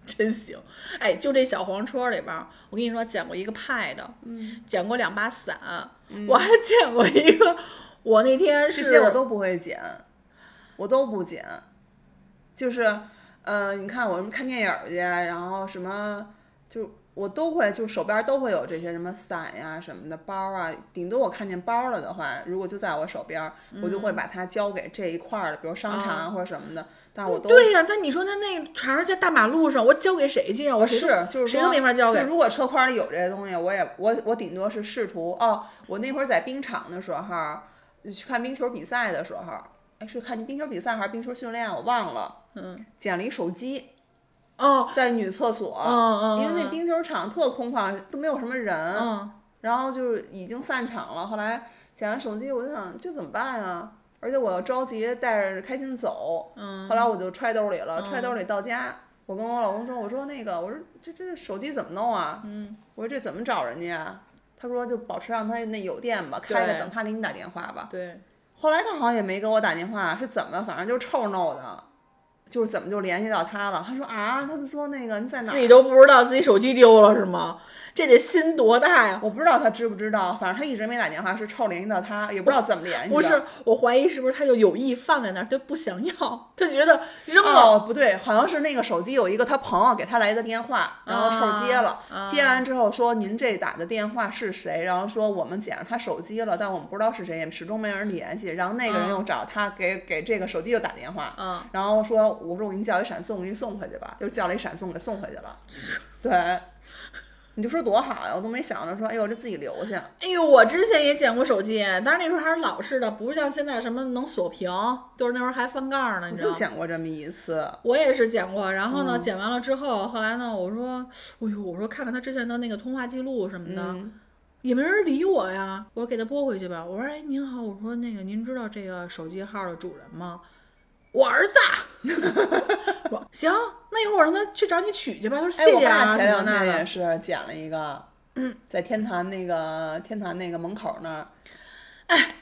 [SPEAKER 1] 真行！哎，就这小黄车里边儿，我跟你说，捡过一个派的，嗯，捡过两把伞，我还捡过一个。我那天是
[SPEAKER 2] 嗯这些我都不会剪，我都不剪。就是，嗯、你看我什么看电影儿去，啊然后什么，就我都会，就手边儿都会有这些什么伞呀、什么的包儿啊。顶多我看见包儿了的话，如果就在我手边儿，我就会
[SPEAKER 1] 嗯
[SPEAKER 2] 把它交给这一块儿的，比如商场啊或者什么的。但是我都
[SPEAKER 1] 哦嗯对呀、但你说他那全是在大马路上，我交给谁去呀、我谁
[SPEAKER 2] 是，就是
[SPEAKER 1] 谁
[SPEAKER 2] 说
[SPEAKER 1] 都没法交给
[SPEAKER 2] 就。如果车筐里有这些东西，我也我我顶多是试图哦，我那会儿在冰场的时候，去看冰球比赛的时候，哎，是看冰球比赛还是冰球训练，我忘了。嗯，捡了一手机，
[SPEAKER 1] 哦，
[SPEAKER 2] 在女厕所，
[SPEAKER 1] 嗯嗯
[SPEAKER 2] 因为那冰球场特空旷，都没有什么人，
[SPEAKER 1] 嗯，
[SPEAKER 2] 然后就是已经散场了。后来捡完手机，我就想这怎么办啊？而且我又着急带着开心走，嗯，后来我就揣兜里了，揣兜里到家，我跟我老公说，我说那个，我说这这手机怎么弄啊？嗯，我说这怎么找人家啊？他说就保持让他那有电吧，开着
[SPEAKER 1] 对
[SPEAKER 2] 等他给你打电话吧。
[SPEAKER 1] 对，
[SPEAKER 2] 后来他好像也没给我打电话，是怎么？反正就臭闹的，就是怎么就联系到他了。他说啊，他就说那个你在
[SPEAKER 1] 自
[SPEAKER 2] 哪儿？啊
[SPEAKER 1] 己都不知道自己手机丢了是吗？这得心多大呀！
[SPEAKER 2] 我不知道他知不知道，反正他一直没打电话，是臭联系到他，也不知道怎么联系的。
[SPEAKER 1] 不是，我怀疑是不是他就有意放在那儿，他不想要，他觉得扔了，
[SPEAKER 2] 哦，不对，好像是那个手机有一个他朋友给他来一个电话，然后
[SPEAKER 1] 啊
[SPEAKER 2] 臭接了，
[SPEAKER 1] 啊
[SPEAKER 2] 接完之后说您这打的电话是谁？然后说我们捡着他手机了，但我们不知道是谁，也始终没人联系。然后那个人
[SPEAKER 1] 嗯
[SPEAKER 2] 又找他给、给这个手机又打电话，
[SPEAKER 1] 嗯，
[SPEAKER 2] 然后说我说我给你叫一闪送，我给你送回去吧，又叫了一闪送给送回去了，对。你就说多好呀！我都没想着说，哎呦，这自己留下。
[SPEAKER 1] 哎呦，我之前也捡过手机，当然那时候还是老式的，不是像现在什么能锁屏，就是那时候还翻盖儿呢，
[SPEAKER 2] 我
[SPEAKER 1] 你知道
[SPEAKER 2] 就
[SPEAKER 1] 吗？
[SPEAKER 2] 捡过这么一次，
[SPEAKER 1] 我也是捡过，然后
[SPEAKER 2] 嗯
[SPEAKER 1] 呢，捡完了之后，后来呢，我说，哎呦，我说看看他之前的那个通话记录什么的，
[SPEAKER 2] 嗯，
[SPEAKER 1] 也没人理我呀。我说给他拨回去吧。我说，哎，您好，我说那个您知道这个手机号的主人吗？我儿子啊。 我说行，那一会儿我让他去找你取去吧。他说
[SPEAKER 2] 哎，
[SPEAKER 1] 谢
[SPEAKER 2] 我
[SPEAKER 1] 谢啊，嗯
[SPEAKER 2] 爸前
[SPEAKER 1] 什么
[SPEAKER 2] 两
[SPEAKER 1] 那
[SPEAKER 2] 天也
[SPEAKER 1] 的。
[SPEAKER 2] 是捡了一个，在天坛那个天坛那个门口那儿，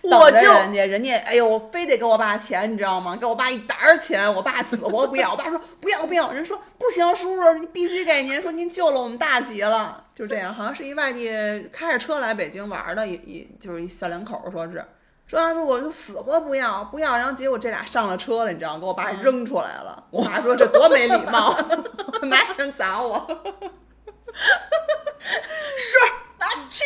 [SPEAKER 1] 我
[SPEAKER 2] 等着
[SPEAKER 1] 就
[SPEAKER 2] 人家人家，哎呦，非得给我爸钱，你知道吗？给我爸一沓儿钱，我爸死活不要，我爸说不要不要，人说不行，叔叔你必须给您，说您救了我们大吉了，就这样，好像是一外地开着车来北京玩儿的，一一就是一小两口儿，说是。说啊他说我就死活不要不要，然后结果这俩上了车了，你知道吗？给我爸
[SPEAKER 1] 嗯
[SPEAKER 2] 扔出来了。我爸说这多没礼貌， 拿钱砸我。
[SPEAKER 1] 是，拿你去，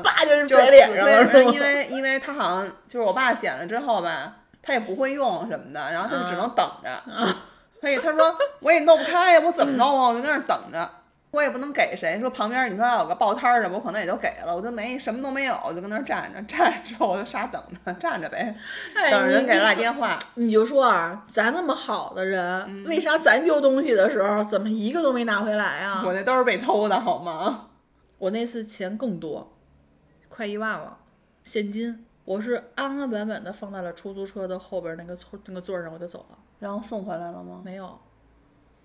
[SPEAKER 1] 叭就是
[SPEAKER 2] 嗯就是
[SPEAKER 1] 拽脸上了，
[SPEAKER 2] 死对
[SPEAKER 1] 是吗
[SPEAKER 2] 因为因为他好像就是我爸捡了之后吧，他也不会用什么的，然后他就只能
[SPEAKER 1] 啊
[SPEAKER 2] 等着。所以 他说我也弄不开呀，我怎么弄啊？我就在那儿等着，我也不能给谁。说旁边你说要有个报摊儿什么，我可能也就给了，我就没什么都没有，我就跟那儿站着，站着之后我就傻等着，站着呗，
[SPEAKER 1] 哎
[SPEAKER 2] 等着人
[SPEAKER 1] 你
[SPEAKER 2] 给
[SPEAKER 1] 你
[SPEAKER 2] 他打电话。
[SPEAKER 1] 你就说啊，咱那么好的人，
[SPEAKER 2] 嗯
[SPEAKER 1] 为啥咱丢东西的时候怎么一个都没拿回来啊？
[SPEAKER 2] 我那都是被偷的好吗？
[SPEAKER 1] 我那次钱更多，快一万了，现金。我是安安稳稳的放在了出租车的后边那个座那个座儿上，我就走了。
[SPEAKER 2] 然后送回来了吗？
[SPEAKER 1] 没有，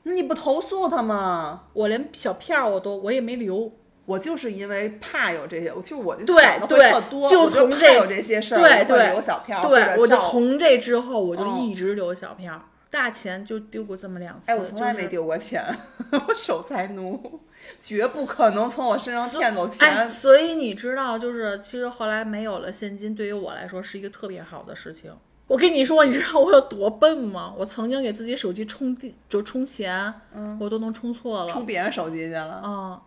[SPEAKER 2] 那你不投诉他吗？
[SPEAKER 1] 我连小票我都我也没留。
[SPEAKER 2] 我就是因为怕有这些，我就我就
[SPEAKER 1] 对
[SPEAKER 2] 想的会
[SPEAKER 1] 对
[SPEAKER 2] 特多，
[SPEAKER 1] 就
[SPEAKER 2] 我
[SPEAKER 1] 从
[SPEAKER 2] 怕
[SPEAKER 1] 这
[SPEAKER 2] 有这些事儿，
[SPEAKER 1] 对
[SPEAKER 2] 我就会
[SPEAKER 1] 对，
[SPEAKER 2] 留小票，或
[SPEAKER 1] 对，
[SPEAKER 2] 者
[SPEAKER 1] 我就
[SPEAKER 2] 照
[SPEAKER 1] 从这之后我就
[SPEAKER 2] 嗯
[SPEAKER 1] 一直留小票，大钱就丢过这么两次。
[SPEAKER 2] 哎，我从来没
[SPEAKER 1] 就是
[SPEAKER 2] 丢过钱，我守财奴，绝不可能从我身上骗走
[SPEAKER 1] 哎，
[SPEAKER 2] 钱。
[SPEAKER 1] 所以你知道，就是其实后来没有了现金，对于我来说是一个特别好的事情。我跟你说，你知道我有多笨吗？我曾经给自己手机充电，就充钱，我都能充错了。
[SPEAKER 2] 嗯充别人手机去了，
[SPEAKER 1] 啊、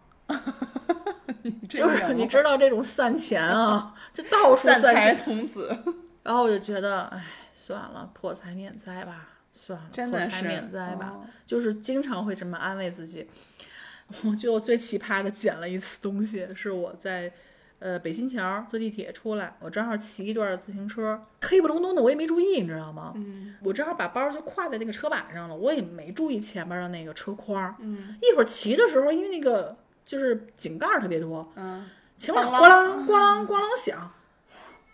[SPEAKER 2] 这
[SPEAKER 1] 就是你
[SPEAKER 2] 种
[SPEAKER 1] 知道这种散钱啊，就到处
[SPEAKER 2] 散
[SPEAKER 1] 散
[SPEAKER 2] 财
[SPEAKER 1] 钱。
[SPEAKER 2] 童 子，
[SPEAKER 1] 然后我就觉得，哎，算了，破财免灾吧，算了，
[SPEAKER 2] 真
[SPEAKER 1] 破
[SPEAKER 2] 的
[SPEAKER 1] 财
[SPEAKER 2] 是
[SPEAKER 1] 免灾吧，
[SPEAKER 2] 哦
[SPEAKER 1] 就是经常会这么安慰自己。 我觉得我最奇葩的捡了一次东西，是我在呃北新桥坐地铁出来，我正好骑一段自行车，黑不隆咚的，我也没注意，你知道吗？嗯，我正好把包就挎在那个车把上了，我也没注意前面的那个车筐。嗯，一会儿骑的时候，因为那个就是井盖儿特别多，
[SPEAKER 2] 嗯，
[SPEAKER 1] 前面
[SPEAKER 2] 咣
[SPEAKER 1] 咣啷咣啷咣啷响，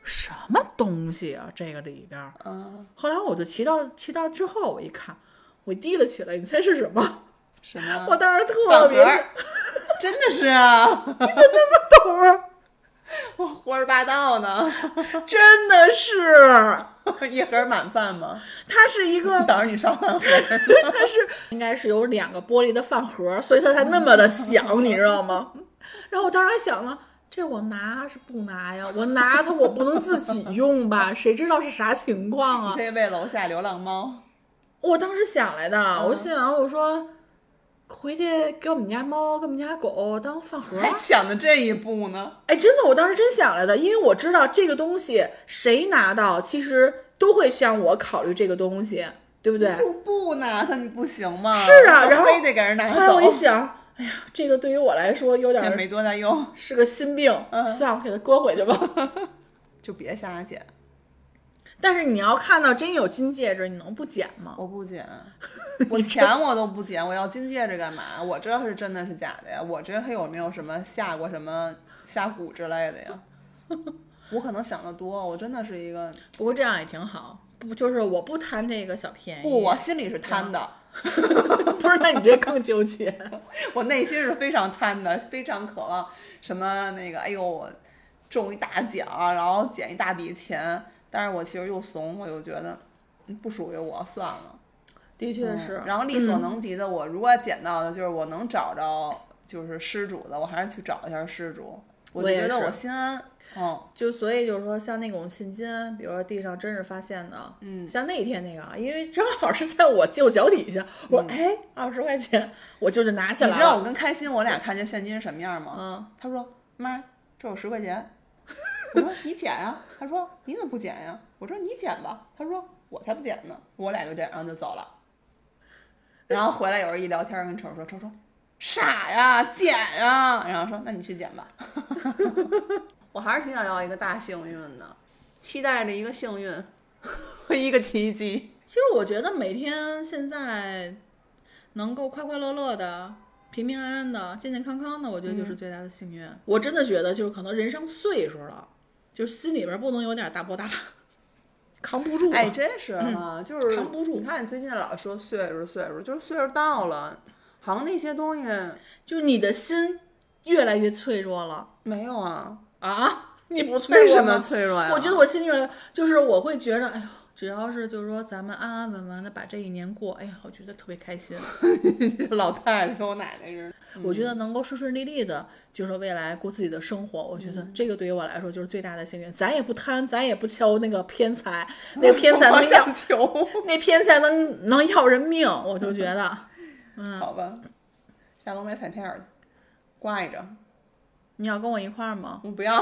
[SPEAKER 1] 什么东西啊？这个里边儿。
[SPEAKER 2] 嗯，
[SPEAKER 1] 后来我就骑到骑到之后，我一看，我提了起来，你猜是什么？
[SPEAKER 2] 什么
[SPEAKER 1] 我当时特
[SPEAKER 2] 嗯饭
[SPEAKER 1] 别
[SPEAKER 2] 盒儿，真的是啊，
[SPEAKER 1] 懂 儿，
[SPEAKER 2] 我胡说八道呢，
[SPEAKER 1] 真的是，
[SPEAKER 2] 一盒满饭吗？
[SPEAKER 1] 它是一 个，
[SPEAKER 2] 等着你上饭盒。
[SPEAKER 1] 它是应该是有两个玻璃的饭盒，所以它才那么的响，你知道吗？然后我当时还想了。这我拿是不拿呀？我拿它，我不能自己用吧？谁知道是啥情况啊
[SPEAKER 2] 你？可以喂楼下流浪猫，
[SPEAKER 1] 我当时想来的，我心想我说，回去给我们家猫、给我们家狗当饭盒。
[SPEAKER 2] 还想着这一步呢。
[SPEAKER 1] 哎，真的，我当时真想来的，因为我知道这个东西谁拿到，其实都会向我考虑这个东西，对不对？
[SPEAKER 2] 就不拿它，你不行吗？
[SPEAKER 1] 是啊
[SPEAKER 2] 就
[SPEAKER 1] 然后
[SPEAKER 2] 非得给人拿
[SPEAKER 1] 后来我一
[SPEAKER 2] 走，
[SPEAKER 1] 想，哎呀，这个对于我来说有点
[SPEAKER 2] 也
[SPEAKER 1] 儿
[SPEAKER 2] 没多大用，
[SPEAKER 1] 是个心病，算了，我给它搁回去吧。
[SPEAKER 2] 就别瞎捡。
[SPEAKER 1] 但是你要看到真有金戒指，你能不捡吗？
[SPEAKER 2] 我不 捡，我钱我都不捡，我要金戒指干嘛？我知道它是真的是假的呀，我知道它有没有什么下过什么下蛊之类的呀。 我可能想的多，我真的是一个
[SPEAKER 1] 不过这样也挺好，不就是我不贪这个小便宜，
[SPEAKER 2] 不，我心里是贪的，
[SPEAKER 1] 不是那你这更纠结。
[SPEAKER 2] 我内心是非常贪的，非常渴望什么那个，哎呦，我中一大奖，然后捡一大笔钱，但是我其实又怂，我又觉得嗯不属于我，算了。嗯
[SPEAKER 1] 的确嗯是。
[SPEAKER 2] 然后力所能及的，我如果捡到的，就是我能找着就是失主的，我还是去找一下失主，我就
[SPEAKER 1] 我也
[SPEAKER 2] 觉得
[SPEAKER 1] 是
[SPEAKER 2] 我心安。嗯，
[SPEAKER 1] 就所以就是说，像那种现金，啊比如说地上真是发现的，嗯，像那天那个啊，因为正好是在我就脚底下，我说哎二十块钱，我就就拿下
[SPEAKER 2] 嗯你
[SPEAKER 1] 来
[SPEAKER 2] 知道我
[SPEAKER 1] 了，
[SPEAKER 2] 跟开心我俩看见现金是什么样吗？
[SPEAKER 1] 嗯，
[SPEAKER 2] 他说：“妈，这有十块钱。”我说：“你捡呀、他说：“你怎么不捡呀、我说：“你捡吧。”他说：“我才不捡呢。”我俩就这样，然后就走了。然后回来有人一聊天，跟丑说：“丑说傻呀，捡呀。”然后说：“那你去捡吧。” 我还是挺想要一个大幸运的，期待着一个幸运和一个奇迹。
[SPEAKER 1] 其实我觉得每天现在能够快快乐乐的、平平安安的、健健康康的，我觉得就是
[SPEAKER 2] 嗯
[SPEAKER 1] 最大的幸运。我真的觉得，就是可能人上岁数了，就是心里边不能有点大波大浪，扛不住。
[SPEAKER 2] 哎，，真是啊，就是
[SPEAKER 1] 扛不住
[SPEAKER 2] 你看你最近老说岁数岁数，就是岁数到了，好像那些东西
[SPEAKER 1] 就是你的心越来越脆弱了
[SPEAKER 2] 没有啊。
[SPEAKER 1] 啊！ 你不脆
[SPEAKER 2] 为
[SPEAKER 1] 弱
[SPEAKER 2] 什
[SPEAKER 1] 吗
[SPEAKER 2] 么脆弱呀？
[SPEAKER 1] 我觉得我心里面就是我会觉着，哎呦，只要是就是说咱们安安稳稳的把这一年过，哎呀，我觉得特别开心。
[SPEAKER 2] 这 老太太跟我奶奶 似的。
[SPEAKER 1] 我觉得能够顺顺利利的，就是说未来过自己的生活，我觉
[SPEAKER 2] 嗯
[SPEAKER 1] 得这个对于我来说就是最大的幸运。咱也不贪，咱也不求那个偏财，那个偏财
[SPEAKER 2] 我
[SPEAKER 1] 能要
[SPEAKER 2] 想，求，
[SPEAKER 1] 那偏财能能要人命，我就觉得
[SPEAKER 2] 好吧，下楼买彩票去，挂一张。
[SPEAKER 1] 你要跟我一块儿吗？
[SPEAKER 2] 我不 要，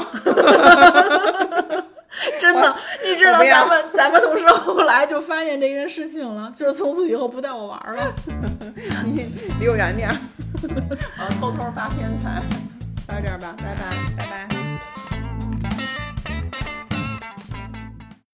[SPEAKER 1] 真的，你知道
[SPEAKER 2] 我不
[SPEAKER 1] 咱
[SPEAKER 2] 要
[SPEAKER 1] 们咱们同事后来就发现这件事情了，就是从此以后不带我玩儿了。
[SPEAKER 2] 你离我远点儿。我要偷偷发偏财。到这儿吧，拜拜，拜拜。